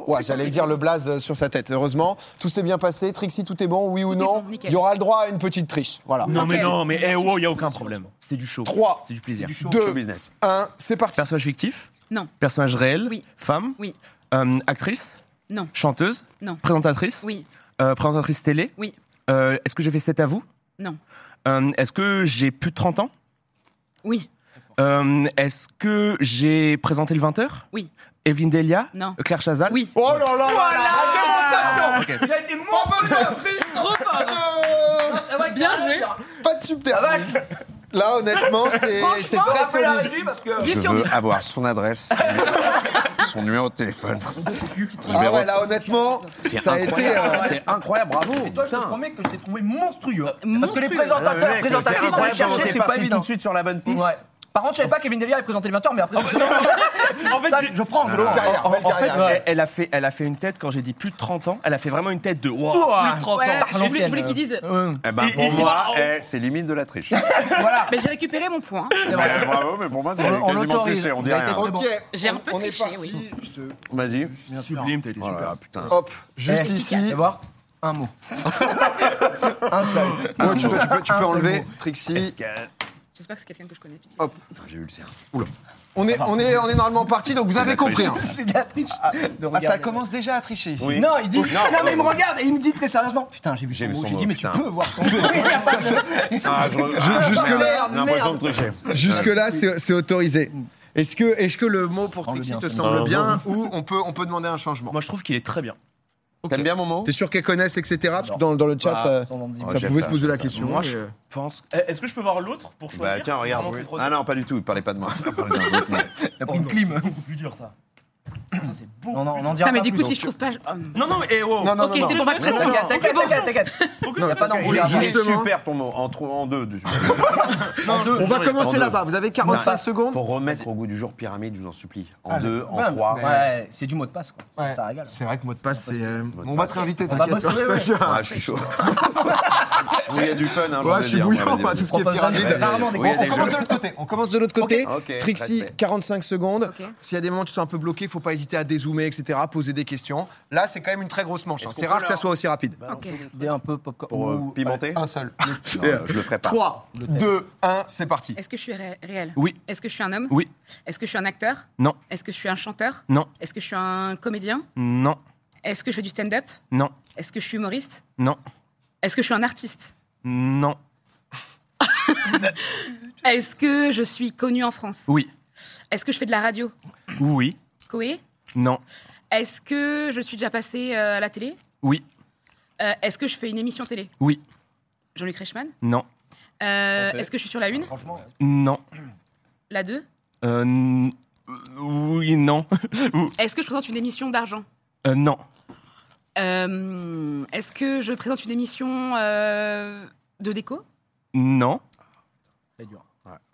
Ouais, j'allais le dire le blaze euh, sur sa tête. Heureusement, tout s'est bien passé. Trixie, tout est bon, oui ou
Tout est
non
bon, nickel.
Il y aura le droit à une petite triche. Voilà.
Non, mais
Ok.
non, mais eh, wow, il n'y a aucun problème. C'est du show.
3,
C'est du plaisir.
Show
2,
business.
1, c'est parti.
Personnage fictif
Non.
Personnage réel
Oui.
Femme
Oui.
Euh, actrice
Non.
Chanteuse
Non.
Présentatrice
Oui.
Euh, Présentatrice télé
Oui.
Euh, Est-ce que j'ai fait 7 à vous
Non.
Euh, Est-ce que j'ai plus de 30 ans
Oui.
Euh, Est-ce que j'ai présenté le 20h
Oui.
Evelyne Delia
Non.
Claire Chazal
Oui.
Oh là là là là, la démonstration
Ok.
Il a été mon.
Bravo, Jean-Pierre.
Trop fort
Euh,
Bien joué
Pas de subterfuge.
vache.
Là, honnêtement, c'est c'est
Franchement,
très
rappelez la
solide.
régie parce que.
Je
10 sur 10.
veux avoir son adresse, son numéro de téléphone. Je vais
Ah ouais,
re-
là, honnêtement,
C'est
ça a été. euh,
incroyable, c'est incroyable, bravo.
Et toi, je te
putain.
promets que je t'ai trouvé monstrueux. hein. Parce que
Monstrueux.
les
Ah, mais
présentateurs,
mec, c'est
présentatrices, on les
incroyable comment
cherchait,
t'es
c'est pas
parti tout
évident.
de suite sur la bonne piste.
Ouais. Par contre, je savais pas qu'Evelyne Delia allait présenter les 20h,
*laughs*
mais après, en fait, je prends, je le
Ah,
carrière, belle
En fait,
carrière.
elle, elle a fait, elle a fait une tête quand j'ai dit plus de 30 ans. Elle a fait vraiment une tête de wow.
Oh,
Ouah.
plus de 30
Ouais,
ans.
je voulais, je voulais qu'ils disent.
Eh ben, pour
il-
moi,
il-
eh, c'est limite de la triche.
Voilà.
Mais j'ai récupéré mon point. hein.
Ben, bravo, mais pour moi, c'est
On- on
quasiment
l'autorise.
triché, on dit
Il a été
rien.
très
Ok,
J'ai un
on-
peu
on est
triché,
parti.
oui.
Je te-
Vas-y.
Sublime, t'as été super.
Voilà, putain.
Hop, juste
Eh,
ici.
Tu vas voir *laughs* un mot. un seul.
Ouais, tu, peux, tu peux- tu peux
Un seul
enlever
mot.
Trixie.
J'espère que c'est quelqu'un que je connais. pitié.
Hop.
Putain, J'ai eu le sien.
On est, on, est, on est normalement parti, donc vous avez compris. hein.
C'est de la triche. De
Ah, ça
regarder.
commence déjà à tricher ici.
Non, il dit. Non,
Non,
mais il me regarde et il me dit très sérieusement Putain, j'ai vu
J'ai
son
vu
mot.
son
J'ai
mot,
dit, mais tu
putain.
peux voir son mot.
Ah, je,
jusque-là,
J'ai l'impression de tricher.
Jusque-là, c'est c'est autorisé. Est-ce que, est que le mot pour Trixie te semble bien ou on peut, on peut demander un changement
Moi, je trouve qu'il est très bien.
T'aimes bien mon mot
T'es sûr qu'elles connaissent, etc. Parce que dans, dans le chat,
Voilà,
ça-
sans en dire.
Ouais,
Bah, ça,
j'aime
pouvait
ça,
te poser la
j'aime ça.
question.
euh, Moi, je
Et, euh,
pense.
Eh, Est-ce que je peux voir l'autre pour choisir
Bah tiens, regarde.
Vraiment, c'est trop
Ah
dur.
non, pas du tout, parlez pas de moi. Parlez d'un autre, mais-
Il a pris une clim.
Beaucoup plus dur ça. Ça, c'est beaucoup
Non, non, on en dira
Ah,
pas
mais du coup,
plus.
si je trouve pas. je- oh,
Non,
non.
non, mais eh, wow.
Non, non,
Ok,
non,
c'est
non.
bon, pas
Reste
pression.
T'inquiète,
C'est
t'inquiète,
bon.
t'inquiète, t'inquiète.
Aucune-
Non,
Y a pas
Il
d'embrouille.
est
avant.
Justement.
super ton mot, en, trois- en deux. dessus.
Non, deux.
On va
En
commencer
deux.
là-bas. Vous avez 45
Non.
secondes.
Faut remettre au goût du jour pyramide, je vous en supplie. En deux, en
bah,
Ouais,
trois.
Ouais, c'est du mot de passe, quoi. Ça-
Ouais.
Ça régale.
C'est vrai que mot de passe, c'est. euh,
de
On va
passe.
te réinviter,
On va
t'inquiète.
bosser, ouais, ouais.
Ah, je suis chaud. *laughs* Oui, il y a du fun, hein, j'ai
Ouais,
envie
je
de
suis
dire.
bouillant,
Ouais, vas-y,
pas
vas-y.
tout ce qui est
Propose un
pyramide.
débat. Rarement des
Oui, il y
On
a
grands-
des
commence
jeux.
de l'autre côté. On commence de l'autre côté.
Ok, ok,
Trixie,
respect.
45 secondes.
Ok.
S'il y a des moments où tu sont un peu bloqués, faut pas hésiter à dézoomer, etc. Poser des questions. Là, c'est quand même une très grosse manche. hein.
Est-ce qu'on
C'est
peut
rare que ça
leur-
soit aussi rapide.
Oh, Ok.
Des un peu popcorn.
Pour euh,
Ou-
pimenter
Un seul.
*laughs* Non, Je le ferai pas.
3, 2, 1, c'est parti.
Est-ce que je suis ré- réel
Oui.
Est-ce que je suis un homme
Oui.
Est-ce que je suis un acteur
Non.
Est-ce que je suis un chanteur
Non.
Est-ce que je suis un comédien
Non.
Est-ce que je fais du stand-up
Non.
Est-ce que je suis humoriste
Non.
Est-ce que je suis un artiste
Non.
Est-ce que je suis connu en France
Oui.
Est-ce que je fais de la radio
Oui.
Coé
Non.
Est-ce que je suis déjà passé à la télé
Oui.
Euh, Est-ce que je fais une émission télé
Oui.
Jean-Luc Reichmann
Non.
Euh, Est-ce que je suis sur la 1
Non.
La 2
Euh, n- oui, non. *laughs*
Est-ce que je présente une émission d'argent
Euh, non.
Euh, Est-ce que je présente une émission euh, de déco
Non.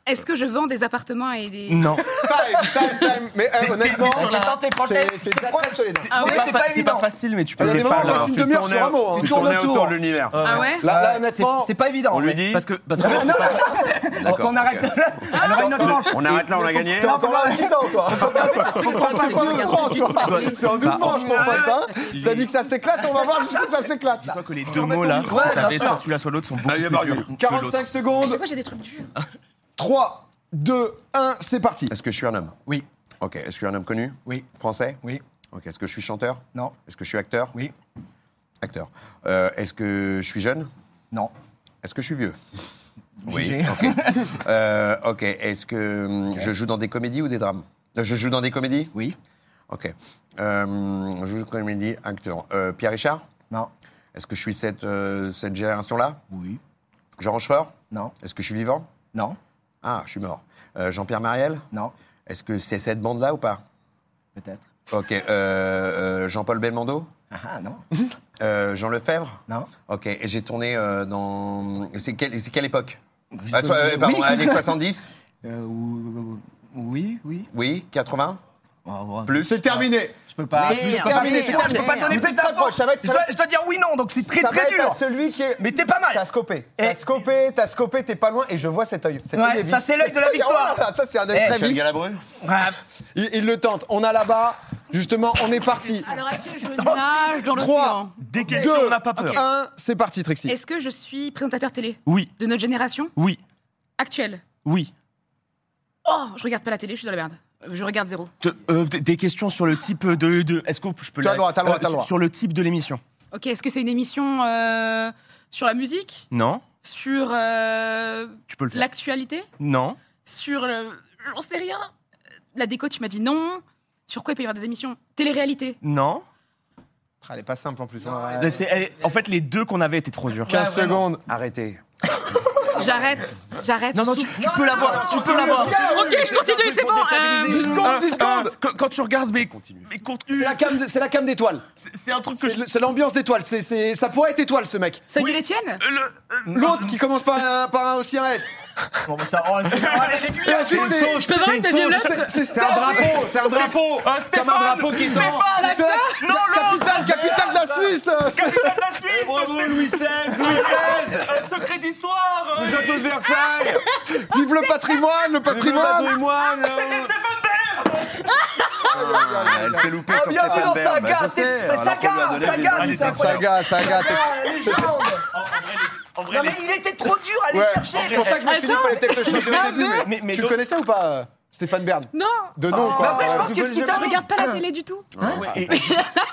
Est-ce que je vends des appartements et des...
*laughs*
*laughs*
Non.
Time, time, time. Mais euh, honnêtement,
Sur la tente et protège.
c'est c'est déjà très solide. hein.
Ah ouais,
C'est pas
Pas- C'est
évident.
pas facile, mais tu peux
Ah, Il y a des
pas,
moments où on
là.
passe une demi-heure sur un mot. hein.
Tu
tournes
tournais
autour.
autour de l'univers.
Ah ouais
Là, là,
Ouais,
honnêtement,
c'est- C'est pas évident.
On lui
mais-
dit.
Parce que, parce que c'est pas-
D'accord,
Qu'on arrête.
ok.
Alors, une autre manche.
On arrête là, on a gagné.
t'es encore là un petit temps, toi. T'as pas
Regarde.
le grand, tu vois. C'est en 12 manches, mon pote. hein. Ça dit que ça s'éclate, on va voir jusqu'où ça s'éclate.
Bah,
là.
que les deux mots là,
micro, ouais,
t'avais
bien
soit
sûr.
celui-là soit l'autre sont
Ah,
beaucoup
Allez,
plus
Mario.
durs que l'autre.
45
Je sais
secondes.
pas, j'ai des trucs durs.
3, 2, 1, c'est parti.
Est-ce que je suis un homme
Oui.
Ok, est-ce que je suis un homme connu
Oui.
Français
Oui.
Ok, est-ce que je suis chanteur
Non.
Est-ce que je suis acteur
Oui.
Acteur. Euh, est-ce que je suis jeune
Non.
Est-ce que je suis vieux
J'ai-
Ok. Euh, ok, est-ce que hum, je joue dans des comédies ou des drames Euh, Je joue dans des comédies
*laughs* Oui.
Ok. Euh, je joue dans des comédies, acteur. Euh, Pierre Richard
Non.
Est-ce que je suis cette, euh, cette génération-là
Oui.
Jean Rochefort
Non.
Est-ce que je suis vivant
Non.
Ah, je suis mort. Euh, Jean-Pierre Mariel
Non.
Est-ce que c'est cette bande-là ou pas
Peut-être.
Ok. euh, euh, Jean-Paul Belmondo
Ah ah, non.
Euh, Jean Lefebvre
Non.
Ok, et j'ai tourné euh, dans. C'est quelle, c'est quelle époque Ah, so- euh, Pardon, années 70
Euh, ou- oui, oui.
Oui 80
Oh, ouais.
Plus
C'est terminé.
Je peux pas.
Merde,
je peux pas,
terminé,
je peux pas- je peux pas
merde.
donner
Vous
plus
êtes très
d'infos.
proche, ça va être
Je
très-
dois, je dois dire oui, non, donc c'est très
Ça va
très
être à
dur.
celui qui est.
Mais t'es pas mal.
T'as scopé,
Eh.
t'as scopé, t'as scopé, t'es pas loin et je vois cet œil. Cet
Ouais,
œil est vif.
ça, c'est l'œil de
*laughs*
la victoire.
Oh là là, ça c'est un œil
Eh,
très
Michel
vif.
Galabru
Ah,
Il, il le tente. On a là-bas, justement, on est parti.
Alors, est-ce que je nage dans l'océan
Trois.
Dès qu'il y a
Deux,
quelque chose, on n'a pas peur.
Ok.
Un, c'est parti, Trixie.
Est-ce que je suis présentateur télé
Oui,
de notre génération
oui,
actuelle
oui.
Oh, je regarde pas la télé, je suis dans la merde. Je regarde zéro.
Te- euh, des- des questions sur le type de. de- Est-ce que je peux
T'as
la-
le droit, t'as le droit,
euh,
t'as le droit.
Sur le type de l'émission
Ok, est-ce que c'est une émission euh, sur la musique
Non.
Sur euh,
Tu peux le faire
l'actualité
Non.
Sur le... J'en sais rien. Euh, La déco, tu m'as dit non. Sur quoi il peut y avoir des émissions Télé-réalité
Non.
Ah, Elle est pas simple en plus.
C'est- eh, En fait, les deux qu'on avait étaient trop durs.
15 secondes.
Arrêtez.
J'arrête, j'arrête.
Non, non, tu, tu peux l'avoir, tu peux l'avoir.
Ok, je continue, c'est bon. euh,
Discord,
Euh, quand, quand tu regardes mes, mes
C'est
contenus,
la cam, de- c'est la cam d'étoile.
c'est- c'est un truc que
C'est
je.
le- c'est l'ambiance d'étoile. C'est, c'est- ça pourrait être étoile, ce mec.
Celui les tiennes
Euh, le- euh,
L'autre qui commence par, un- par un, aussi un S.
Bon, bah, ça, oh, c'est- allez,
*laughs*
les
Et
cuillères.
ensuite, c'est,
Je peux vraiment te dire l'autre
c'est- c'est un drapeau. C'est un drapeau.
Drapeau euh,
Comme un
Stéphane
drapeau qui tend.
la
C'est la-
fleur
la capitale, capitale de la Suisse. *laughs* là.
Capitaine de la Suisse
Bravo,
euh,
Oh Louis XVI, Louis *laughs* XVI
euh, Secret d'histoire euh,
Le château de Versailles
Vive le patrimoine, le
Le
patrimoine.
patrimoine euh. Ah, Elle s'est loupée sur
Bienvenue
Stéphane
dans
Bern,
Saga,
je
c'est-
sais,
c'est
alors
Saga,
qu'on lui a donné
Saga,
des
c'est
indices
incroyable.
incroyables.
Saga, saga. t'es-
Ah, légende.
En en vrai, les- en vrai,
Non,
les-
mais il était trop dur à aller
Ouais.
chercher.
C'est pour ça que je me suis dit qu'il fallait peut-être le changer au
Attends,
début.
mais-
Mais,
mais
tu le
l'autre-
connaissais ou pas, euh, Stéphane Bern
Non
De nom,
Mais
quoi.
après, je
Euh,
pense que ce qui
Je
t'a
regarde pas la télé du tout.
Ouais, et-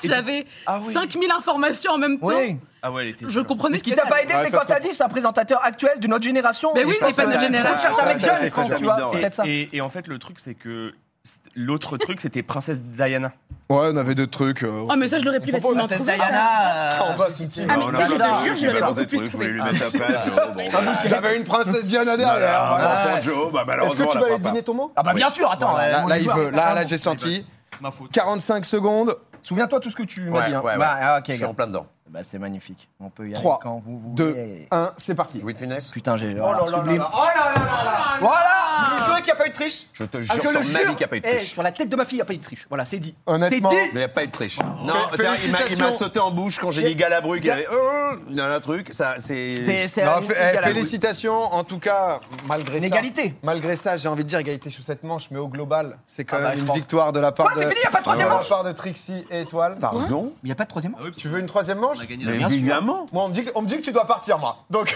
J'avais
Ah oui.
5000 informations en même temps.
Oui.
Ah ouais, elle était.
Je comprenais
Mais ce qui t'a pas aidé,
Ouais,
c'est
ça
quand
se
t'as
comprend.
dit c'est un présentateur actuel d'une autre génération.
Mais oui,
Et ça,
mais pas
ça-
de génération.
Ça cherche un mec
Ça, ça,
jeune,
ça,
je
ça,
pense,
ça,
tu vois.
ça,
C'est
Et-
peut-être ça.
Et, et en fait, le truc, c'est que c- l'autre truc, c'était Princesse Diana.
Ouais, on avait deux trucs. euh,
Ah, mais ça, je l'aurais plus facilement trouvé.
Diana. euh,
on va si tu veux.
Ah, mais
On a
ça, je
plein
te
de
jure,
trucs,
je l'aurais
plein
beaucoup
de
plus
trucs, Je voulais
trouvé.
lui mettre la place. euh, bon, voilà.
J'avais une princesse Diana derrière. voilà.
Voilà, Joe, bah,
Est-ce
malheureusement,
que tu
on
vas aller
la fera pas.
deviner ton mot
Ah bah bien sûr, attends.
Voilà,
euh,
Là,
mon
là, il
histoire.
veut. Là, là
Pardon.
j'ai sorti.
Ma faute.
45 secondes.
Souviens-toi tout ce que tu m'as
Ouais,
dit. hein.
ouais, ouais.
Bah, ah, ok,
Je suis
gars.
en plein dedans.
Bah, c'est magnifique. On peut y aller
Trois,
quand vous voulez.
2, 1, c'est parti.
Louis de Funès
Putain, j'ai.
Oh là là là là. Oh là là là là.
Voilà
Je qu'il n'y a pas eu de triche
Je te
Ah,
jure sur ma vie qu'il n'y a pas eu de
Eh,
triche.
sur la tête de ma fille, il n'y a pas eu de triche. Voilà, c'est dit.
Honnêtement.
C'est dit.
Il n'y a pas eu de triche. Non,
Fé-
c'est vrai, il m'a- il m'a
félicitations.
sauté en bouche quand j'ai dit Galabru qu'il avait. euh, Il y a un truc, ça, c'est.
C'est- C'est
Non,
un-
fé-
une
eh,
égale à vous.
félicitations, en tout cas, malgré
Une
ça.
égalité.
Malgré ça, j'ai envie de dire égalité sous cette manche, mais au global, c'est quand
Ah
même
bah, je
une
pense.
victoire de la part
Quoi,
de.
c'est fini, y a pas de troisième
de la
manche Bah,
part de Trixie et Étoile.
Pardon
Il n'y a pas de troisième manche
Tu veux une troisième manche
Ah Mais évidemment
Moi, on me, dit que, on me dit que tu dois partir, moi. Donc,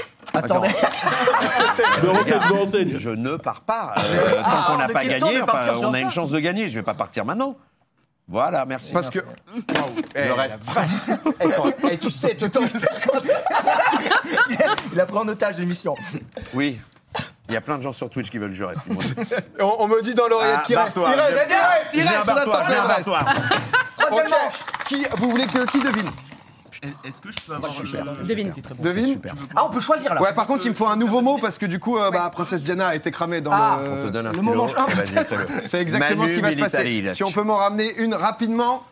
*laughs* Attendez.
Je ne pars pas. euh, Tant qu'on n'a
de
pas
question
gagné,
de partir
enfin,
sur
on a
ça.
une chance de gagner. Je ne vais pas partir maintenant. Voilà, merci.
parce que.
Le reste.
Eh, quand- eh, tu sais, tout
*laughs* Il a pris en otage
*laughs*
l'émission.
Oui. Il y a plein de gens sur Twitch qui veulent que je reste. Ils m'ont dit-
on, on me dit dans l'oreillette
Ah,
qu'il reste. Il
barre-toi.
reste, il reste, il
Viens,
reste, on
barre-toi,
attend que
viens,
le reste.
barre-toi.
Ok. Qui, vous voulez que qui devine
Est- Est-ce que je peux avoir le-
Devine.
Devine
Ah, on peut choisir là.
Ouais, par contre, il me faut un nouveau mot parce que du coup, euh, bah, Princesse Diana a été cramée dans
Ah.
le.
On te donne un
le
stylo.
moment
et vas-y, fais-le.
C'est exactement
Manu
ce qui va se passer.
Militari,
Si on peut m'en ramener une rapidement,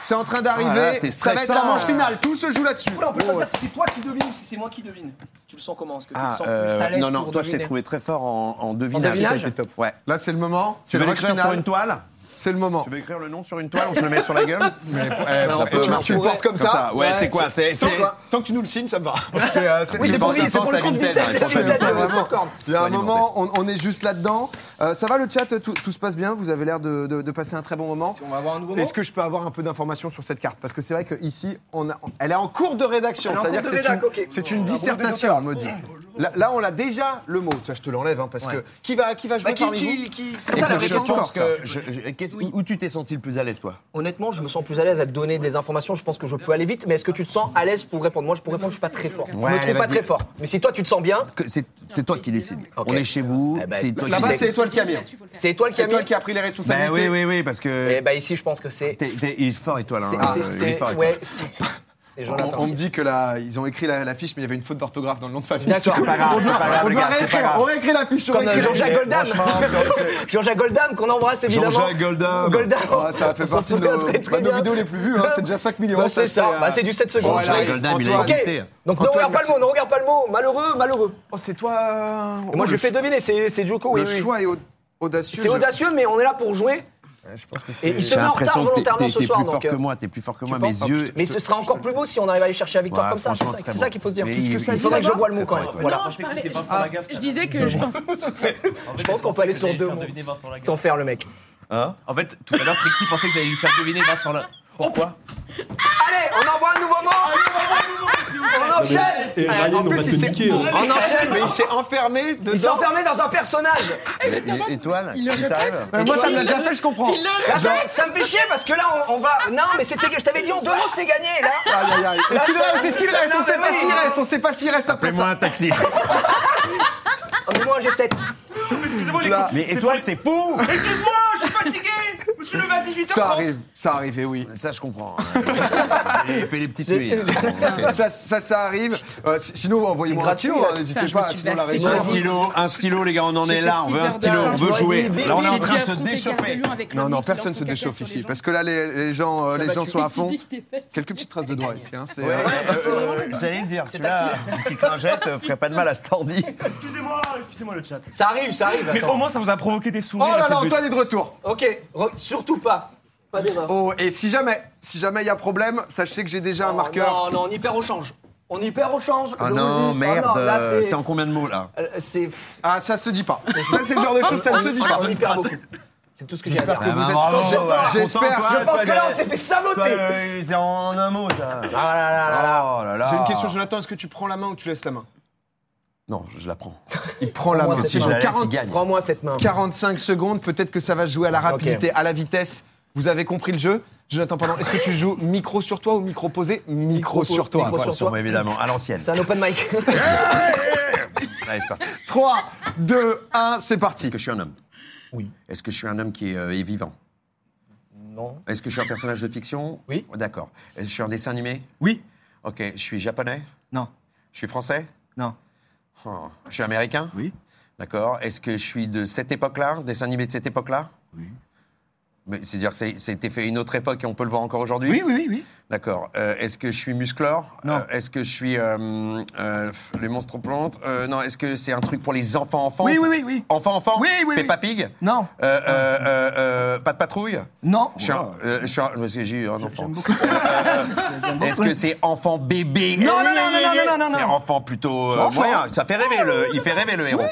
c'est en train
Ah là,
d'arriver.
c'est
ça va être la
stressant.
manche finale. Tout se joue là-dessus. Oh.
Oula, on peut choisir si c'est toi qui devine ou si c'est moi qui devine. Tu le sens comment Est-ce que tu
Ah,
le sens
euh,
plus à l'aise
non, non,
pour
toi, je t'ai
deviner
trouvé très fort en, en devinage.
devinage
C'était top. Ouais.
Là, c'est le moment.
Tu
C'est
veux
le rush
l'écrire sur
final.
une toile
C'est le moment.
Tu veux écrire le nom sur une toile On se le met sur la *laughs* gueule
Mais, eh,
on
eh,
peut-
tu,
on
tu le
pourrait-
portes comme,
Comme ça, ouais, c'est quoi C'est.
Tant,
c'est-
tant que tu nous le signes, ça me va. C'est, euh, c'est-
Oui,
c'est
c'est pour
pour ça.
lui, c'est
pense
pour
à
le compte
Vinted,
Vinted,
ouais,
c'est
c'est
Vinted,
Vinted,
le
vraiment.
popcorn.
Il y a un
Soignez-vous,
moment, on, on est juste là-dedans. Euh, ça va le chat tout, tout se passe bien Vous avez l'air de, de- de passer un très bon moment
On va avoir un nouveau mot.
Est-ce que je peux avoir un peu d'informations sur cette carte Parce que c'est vrai qu'ici, on a- on- elle est en cours de rédaction.
Elle est en
C'est-à-dire
cours
que
de
c'est
rédac,
une,
ok.
c'est une dissertation, on me dit. Là, là, on a déjà le mot. Tu vois, je te l'enlève, hein, parce que qui va, qui va jouer
Bah, qui,
parmi vous
qui, qui- c'est
Et
ça la
puis, je
réponse.
pense que-
je- je- qu'est-ce- où- Où tu t'es senti le plus à l'aise, toi
Honnêtement, je me sens plus à l'aise à te donner des informations. Je pense que je peux aller vite, mais est-ce que tu te sens à l'aise pour répondre Moi, je pour répondre, je suis pas très fort.
Ouais,
je me
allez,
trouve pas
vas-y.
très fort. Mais si toi, tu te sens bien,
Que- C'est c'est toi qui décides.
Ok.
On est chez vous.
Eh ben,
c'est toi
Là-bas,
qui
c'est Étoile qui a mis.
c'est étoile qui
C'est
a mis.
Étoile qui a pris les responsabilités.
Bah oui, oui, oui, parce que.
Et bah ici, je pense que c'est.
t'es- t'es- il est fort, étoile. Hein.
c'est-
Ah,
c'est-
il est
c'est-
fort, étoile.
Ouais, si. C'est
On,
Jonathan.
on me dit que là, ils ont écrit la, la fiche, mais il y avait une faute d'orthographe dans le nom de famille.
D'accord.
Pas grave, c'est pas grave,
on
les
doit
gars, c'est pas
réécrire,
grave.
on réécrit la fiche. on
Comme
réécrit la
Jean-Jacques Goldam.
hein,
Franchement, c'est- c'est-
Jean-Jacques Goldam, qu'on embrasse évidemment.
Jean-Jacques Goldam.
Goldam.
Ah, ça a fait
On s'en
partie de
souvient
nos,
très, très
bah, nos
bien.
vidéos les plus vues, hein, c'est déjà 5 millions.
Bah, c'est ça,
euh,
bah, c'est du 7 secondes.
bon,
je
là,
dirais.
Jean-Jacques Goldam, il a
Antoine,
Ok,
existé.
donc ne
Antoine,
regarde pas le
merci.
mot, ne regarde pas le mot, malheureux, malheureux.
Oh, c'est toi. Oh,
Et moi, je
le
lui fais deviner, c'est c'est Joko, oui.
Le
oui.
choix est au- audacieux.
C'est
je-
audacieux, mais on est là pour jouer.
Je pense que c'est.
Et il se
J'ai
met en retard
l'impression que t'es-
volontairement
t'es
ce
t'es
soir.
plus fort
donc, euh,
que moi, t'es plus fort que moi, mes
penses
yeux.
Mais ce sera encore plus beau si on arrive à aller chercher la victoire
Ouais,
comme ça. C'est
franchement,
ça,
ce serait
c'est ça
bon.
qu'il faut se dire.
Mais
Qu'est-ce que
il-
ça
il
Il faudrait que je
faudrait
vois le mot
voir.
quand même.
Ouais, ouais.
Voilà.
Non, je parlais. Je disais que je pense.
Je
pense qu'on peut aller sur deux mots. Sans faire le mec.
Hein
En fait, tout à l'heure, Trixie pensait que j'allais lui faire deviner Vincent Lagaffe. Pourquoi
Allez, on envoie un nouveau mot On enchaîne
Et Ryan, on va te niquer. hein.
On enchaîne
Mais il s'est enfermé
Il s'est
dedans.
enfermé dans un personnage
Et- et- euh, Étoile,
Il le
qui t'arrive
Euh, Moi, ça me l'a
Il-
déjà fait, je comprends.
Il le
Là, ça, ça me fait chier parce que là, on, on va. Non, mais c'était. Je t'avais dit, en deux mots, c'était gagné, là
Aïe, aïe, aïe. Est-ce qu'il
ça-
reste Est-ce qu'il
ça-
reste On
non,
sait
mais
pas
oui.
s'il reste. On sait pas s'il reste après
Appelez-moi
ça.
un taxi.
Au moins, j'ai 7.
Excusez-moi, les
Là.
copains.
Mais étoile, c'est fou
Excuse-moi, je suis fatigué Je me suis levé à
18h30.
Ça arrive, ça arrivait, oui.
Bah, Ça, je comprends. hein.
*laughs*
Il fait les petites nuits. Ok.
Ça, ça, ça arrive. Euh, si- sinon, envoyez-moi un
gratuit,
stylo,
là.
hein, n'hésitez
Putain, je me
pas.
suis
Sinon, la
blastée.
régie.
Un stylo, un stylo, les gars, on en est là, on veut un stylo, on veut jouer. Là, on est en train de se déchauffer.
Non, non, personne se déchauffe ici, parce que là, les, les gens, euh, les gens sont à fond. Quelques petites traces de doigts ici. Hein, c'est, euh,
J'allais dire, celui-là, une petite lingette euh, ferait pas de mal à Stordy.
Excusez-moi, excusez-moi le chat.
Ça arrive, ça arrive.
Mais
attends.
au moins, ça vous a provoqué des
Oh
sourires.
là
c'est
là,
le but.
Antoine est de retour.
Ok, re- surtout pas. Pas d'erreur.
Oh, et si jamais, si jamais il y a problème, sachez que j'ai déjà un
Oh,
marqueur.
Non, non, on y perd au change. On y perd au change. je
Ah
vous le
non,
dis.
merde,
Oh non, là,
euh, c'est en combien de mots là
Euh, C'est.
Ah, ça se dit pas. Ça, c'est le genre de choses, ça ne se dit pas.
On y perd beaucoup. C'est tout ce que j'ai à
J'espère
dire.
que vous
Ah, bah,
êtes.
bravo,
j'ai-
voilà.
J'espère.
Content,
Je pense que là, on
Ah, Toi,
s'est fait saboter.
euh, C'est en un mot ça.
Ah là là là là.
Oh là là.
J'ai une question, Jonathan. Est-ce que tu prends la main ou tu laisses la main
Non, je la prends.
Il prend la
Moi,
main.
c'est
Si je
bon.
la laisse,
40
il gagne.
Prends-moi cette main.
45 secondes, peut-être que ça va se jouer à la rapidité, à la vitesse. Vous avez compris le jeu Jonathan, pardon, est-ce que tu joues micro sur toi ou micro posé micro,
Micro-
sur toi.
micro
voilà.
sur
Sur moi, évidemment, à l'ancienne.
C'est un open mic.
Allez, c'est parti.
3, 2, 1, c'est
Est-ce
parti.
que je suis un homme
Oui.
Est-ce que je suis un homme qui est, euh, est vivant
non.
Est-ce que je suis un personnage de fiction
Oui.
D'accord. Est-ce que Je suis un dessin animé
Oui
Ok. Je suis japonais
Non.
Je suis français
Non.
Oh. Je suis américain
Oui.
D'accord. Est-ce que je suis de cette époque-là Dessin animé de cette époque-là
Oui.
Mais c'est-à-dire que c'est- c'était fait à une autre époque et on peut le voir encore aujourd'hui
Oui, oui, oui, oui.
D'accord. Euh, Est-ce que je suis musclore
Non.
Euh, Est-ce que je suis euh, euh, pff, les monstres plantes Euh, Non. Est-ce que c'est un truc pour les enfants-enfants
Oui, oui, oui, oui.
Enfants-enfants
Oui, oui, oui.
Peppa Pig
*laughs* Non.
euh, euh, euh, euh, pas de patrouille
Non.
je suis, un, euh, je suis un- parce que j'ai eu un enfant. *laughs*
J'aime
Est-ce que c'est enfant bébé
Non, non, non, non, non, non, non, non.
C'est enfant plutôt euh,
C'est enfant.
moyen. Ça fait rêver le, il fait rêver le héros.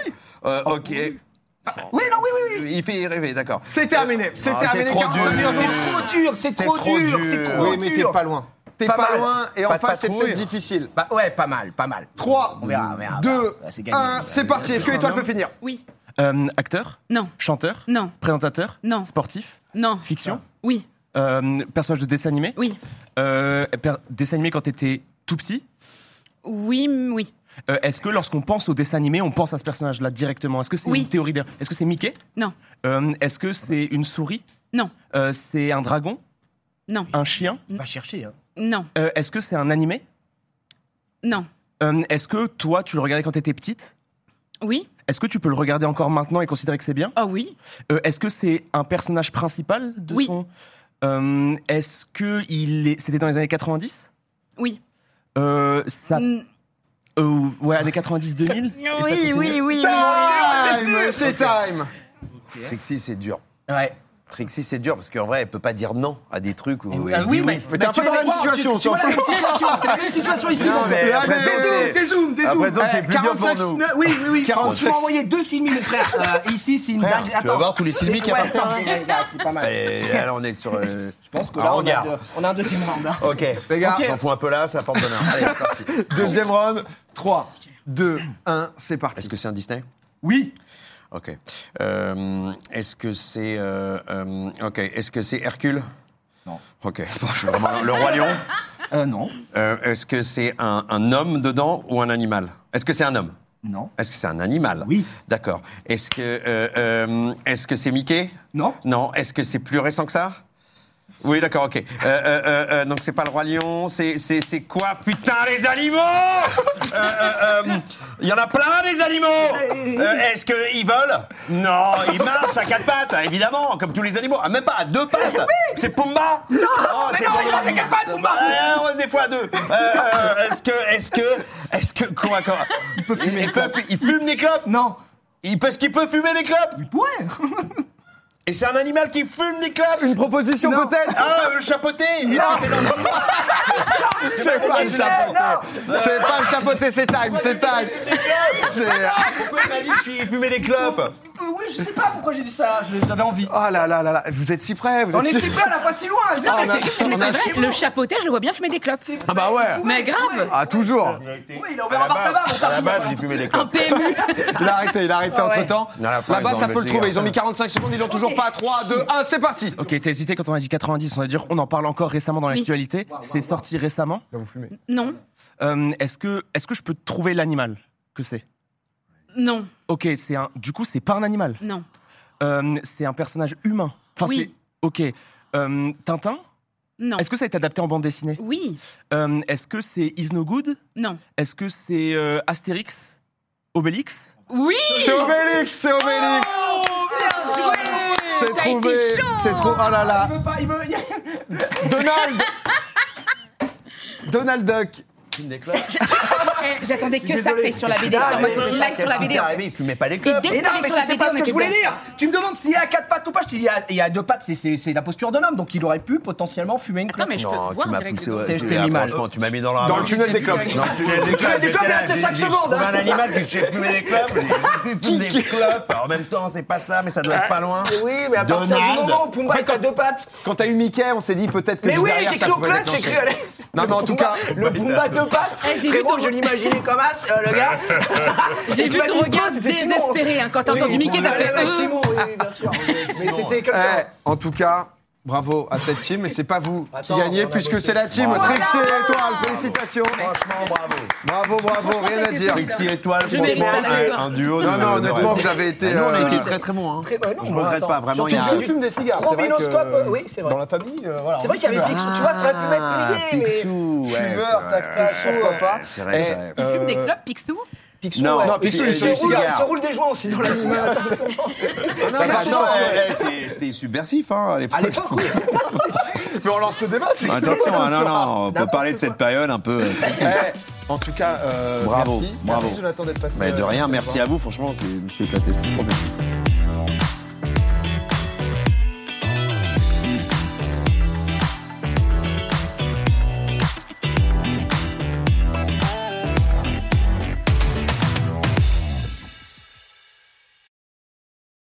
Euh, ok.
beaucoup. Oui, non, oui, oui, oui.
Il fait rêver, d'accord.
C'est terminé, c'est
Ah,
terminé.
c'est trop
45
dur.
secondes.
Trop dur, c'est
C'est
trop,
trop
dur,
dur.
c'est trop
Oui, mais t'es
dur.
pas loin. T'es pas,
Pas mal.
loin et
Pas
en
de
face, c'est
patrouille.
peut-être difficile.
Bah, ouais, pas mal, pas mal.
3,
On verra, on verra.
2,
Bah, c'est gagné.
1, c'est parti. Est-ce que l'étoile peut finir
Oui,
Euh, acteur,
non,
chanteur,
non,
présentateur,
Non.
sportif,
non.
fiction,
Oui,
euh, personnage de dessin animé,
oui,
euh, per- dessin animé quand t'étais tout petit.
oui, m- oui.
Euh, Est-ce que lorsqu'on pense au dessin animé, on pense à ce personnage-là directement Est-ce que c'est
Oui.
une théorie derrière Est-ce que c'est Mickey
Non,
Euh, Est-ce que c'est une souris
non,
Euh, C'est un dragon
non,
Un chien
Va chercher, hein.
non,
Euh, Est-ce que c'est un animé
non.
Euh, Est-ce que toi, tu le regardais quand t'étais petite
Oui,
Est-ce que tu peux le regarder encore maintenant et considérer que c'est bien
oh oui,
Euh, Est-ce que c'est un personnage principal de
Oui.
son Euh, Est-ce que il est... c'était dans les années 90
oui.
Euh, ça...
Mm,
euh, ouais,
*laughs*
années 90-2000
Oui, oui, oui, oui.
Time C'est time
Trixie, c'est dur.
Ouais.
Trixie, c'est dur parce qu'en vrai, elle peut pas dire non à des trucs où elle
Ah
dit
oui,
oui.
mais-
Mais t'es un peu dans la même situation,
Tu vois la même situation, c'est la même situation ici.
Non,
mon
mais
pote.
après,
Dézoome, dézoome, dézoome.
Après, donc, c'est
Eh,
plus dur pour
45,
nous.
Ne- Ah, Oui, oui, oui.
46.
Tu m'as envoyé deux Sylvie,
*laughs*
mon frère. Euh, ici, c'est une
Frère,
dingue.
tu vas voir tous les Sylvie
c'est-
qu'il y a
ouais,
par terre. *laughs*
attends, c'est- regarde, C'est pas mal.
Et là, on est sur euh,
Je pense que
un
là, on a,
hangar.
deux- on a un deuxième round. hein.
Ok.
Les gars,
J'en fous un peu là, ça porte bonheur. Allez, c'est parti.
*laughs*
deuxième round. 3, 2, 1, c'est parti.
Est-ce que c'est un Disney
Oui.
Ok. Euh, Est-ce que c'est euh, euh, Ok. Est-ce que c'est Hercule
Non.
Ok. *laughs* Bon, je suis vraiment le roi lion.
Euh, non.
Euh, Est-ce que c'est un, un homme dedans ou un animal Est-ce que c'est un homme
Non.
Est-ce que c'est un animal
Oui.
D'accord. Est-ce que euh, euh, est-ce que c'est Mickey
Non.
Non. Est-ce que c'est plus récent que ça Oui, d'accord, ok. Euh, euh, euh, euh, donc c'est pas le roi lion, c'est c'est c'est quoi Putain les animaux Euh, euh, euh, Il y en a plein des animaux. Euh, Est-ce que ils volent Non, ils marchent à quatre pattes, évidemment, comme tous les animaux. Ah, même pas à deux pattes. c'est Pumba. Non, c'est Euh,
non, il marche
à quatre pattes, Pumba. des fois à deux. Euh, euh, est-ce que est-ce que est-ce que quoi quoi Il peut fumer. Il, peut, il fume des clopes.
Non.
Il parce qu'il peut fumer des clopes.
Ouais.
Et c'est un animal qui fume des clopes.
Une proposition
Non.
*laughs* peut-être
*laughs*
Ah, euh, chapeauté Est-ce que c'est dans le
C'est pas le chapeauté. C'est pas le chapeauté, c'est time, c'est time. C'est-
Pourquoi il m'a dit que je suis fumé des clopes
Euh, Oui, je sais pas pourquoi j'ai dit ça. je- J'avais envie.
Oh là là là là, vous êtes si près, vous
On
êtes
est si près, on n'a pas si loin. c'est-
Ah, on a-
*laughs*
c'est-
on
Mais
a-
c'est vrai, le chapeauté, je le vois bien fumer des clopes.
Ah bah ouais.
Mais grave,
Ah toujours.
Oui, il a ouvert un bar tabac, mon
À la
tarif.
base, j'ai fumé des
un
clopes.
PMU.
Il a arrêté, il a
Ah
arrêté entre temps.
Non, la fin,
Là-bas,
ils ont
ça peut le
enlevé
trouver.
le hein.
Ils ont mis 45 secondes, ils l'ont toujours pas. 3, 2, 1, c'est parti.
Ok, t'as hésité quand on a dit 90, on va dire on en parle encore récemment dans
Oui.
l'actualité. c'est sorti récemment.
Non,
Euh, Est-ce que, est que je peux trouver l'animal que c'est
non,
Ok, c'est un. Du coup, c'est pas un animal.
non.
Euh, c'est un personnage humain. Enfin,
Oui.
c'est. Ok. Euh, Tintin
Non.
Est-ce que ça a été adapté en bande dessinée
Oui.
Euh, Est-ce que c'est Is No Good
Non.
Est-ce que c'est euh, Astérix Obélix
Oui
C'est Obélix, c'est Obélix.
Oh,
C'est trouvé. C'est trop. Oh là là. Donald. Donald Duck.
Eh, J'attendais que ça paye sur la BD. J'étais en mode, il like sur la BD. en fait.
Il fumait pas les
Et
clubs.
dès
Mais
que
non,
t'arrives
mais
sur la
c'était
BD,
pas
on
ce que
était
je voulais
dedans.
dire. Tu me demandes s'il est à quatre pattes ou pas. Je te dis, il y a- il y a deux pattes, c'est- c'est c'est la posture d'un homme, donc il aurait pu potentiellement fumer une
Attends,
clope.
mais je peux
Non,
voir
tu m'as
direct
poussé.
dedans.
ouais,
C'est-
tu-
c'était
ah, bah
l'image.
Franchement, tu m'as mis dans la.
Dans le tunnel des clopes.
Dans le tunnel des clubs.
des
j'étais
clopes,
là,
là, c'est
j'ai-
cinq
j'ai
secondes,
trouvé
hein.
un animal qui j'ai fumé des clubs. J'ai fumé des clubs. Alors, En même temps, c'est pas ça, mais ça doit être pas loin.
Oui, mais à partir du
Donald.
moment où Pumba est à deux pattes.
Quand t'as eu Mickey, on s'est dit peut-être que
Mais
juste
oui,
derrière,
j'ai
ça
cru au
pouvait
clutch, j'ai
déclencher.
cru à la-
Non, mais en tout cas,
Le Pumba à deux pattes.
Eh, j'ai vu
Frérot,
ton-
je l'imaginais comme as, euh, le gars.
*laughs* J'ai vu ton
Imagine
regard
pas, c'est Timon.
désespéré hein, quand t'as
Oui,
entendu Mickey, t'as
oui,
fait
oui,
euh.
Timon, oui, oui, bien sûr. Mais c'était comme
eh,
ça.
en tout cas, bravo à cette team. Mais c'est pas vous
Attends,
qui
on
gagnez
a
puisque
bossé.
c'est la team
Bravo.
Trixie et Étoile. Félicitations.
Franchement, bravo.
Bravo, bravo,
Franchement,
rien à
c'était
dire.
solide.
Trixie et toi,
Je mérite
franchement,
pas la
un,
victoire.
un
Non,
duo. de-
non,
de-
honnêtement,
de-
vous avez été.
Nous, on a
euh,
été très très bon. Hein.
Très- bah non,
Je
moi,
regrette
attends.
pas, vraiment. Il y a
Tous fument des cigares. c'est vrai que,
Combinoscope,
euh,
oui, c'est vrai.
Dans la famille, euh, voilà.
C'est vrai qu'il y avait Picsou, tu vois, ça aurait pu
Ah,
mettre l'idée, mais...
Picsou, ouais, c'est
Fumeur,
vrai.
tac, tac,
Ouais,
pourquoi pas.
C'est vrai,
Eh,
c'est vrai.
Il fume des
Euh,
clopes, Picsou
Picsou,
Non,
ouais.
non,
Picsou,
il
il
se
fume des
roule, il
cigares.
se roule des joints aussi dans la nuit.
Non,
Bah,
mais
bah,
attention,
non,
eh, eh, c'est- c'était subversif hein, à
À
l'époque.
l'époque, oui.
Mais on lance le débat, c'est
*laughs* Attention, hein, non, non, on peut
N'importe
parler de
quoi.
cette période un peu. euh,
Eh, En tout cas, euh,
Bravo,
merci.
bravo.
Merci Jonathan d'être passé.
Mais de
euh,
rien,
ce
merci
soir.
à vous, franchement, c'est- je me suis éclaté, c'était trop bien.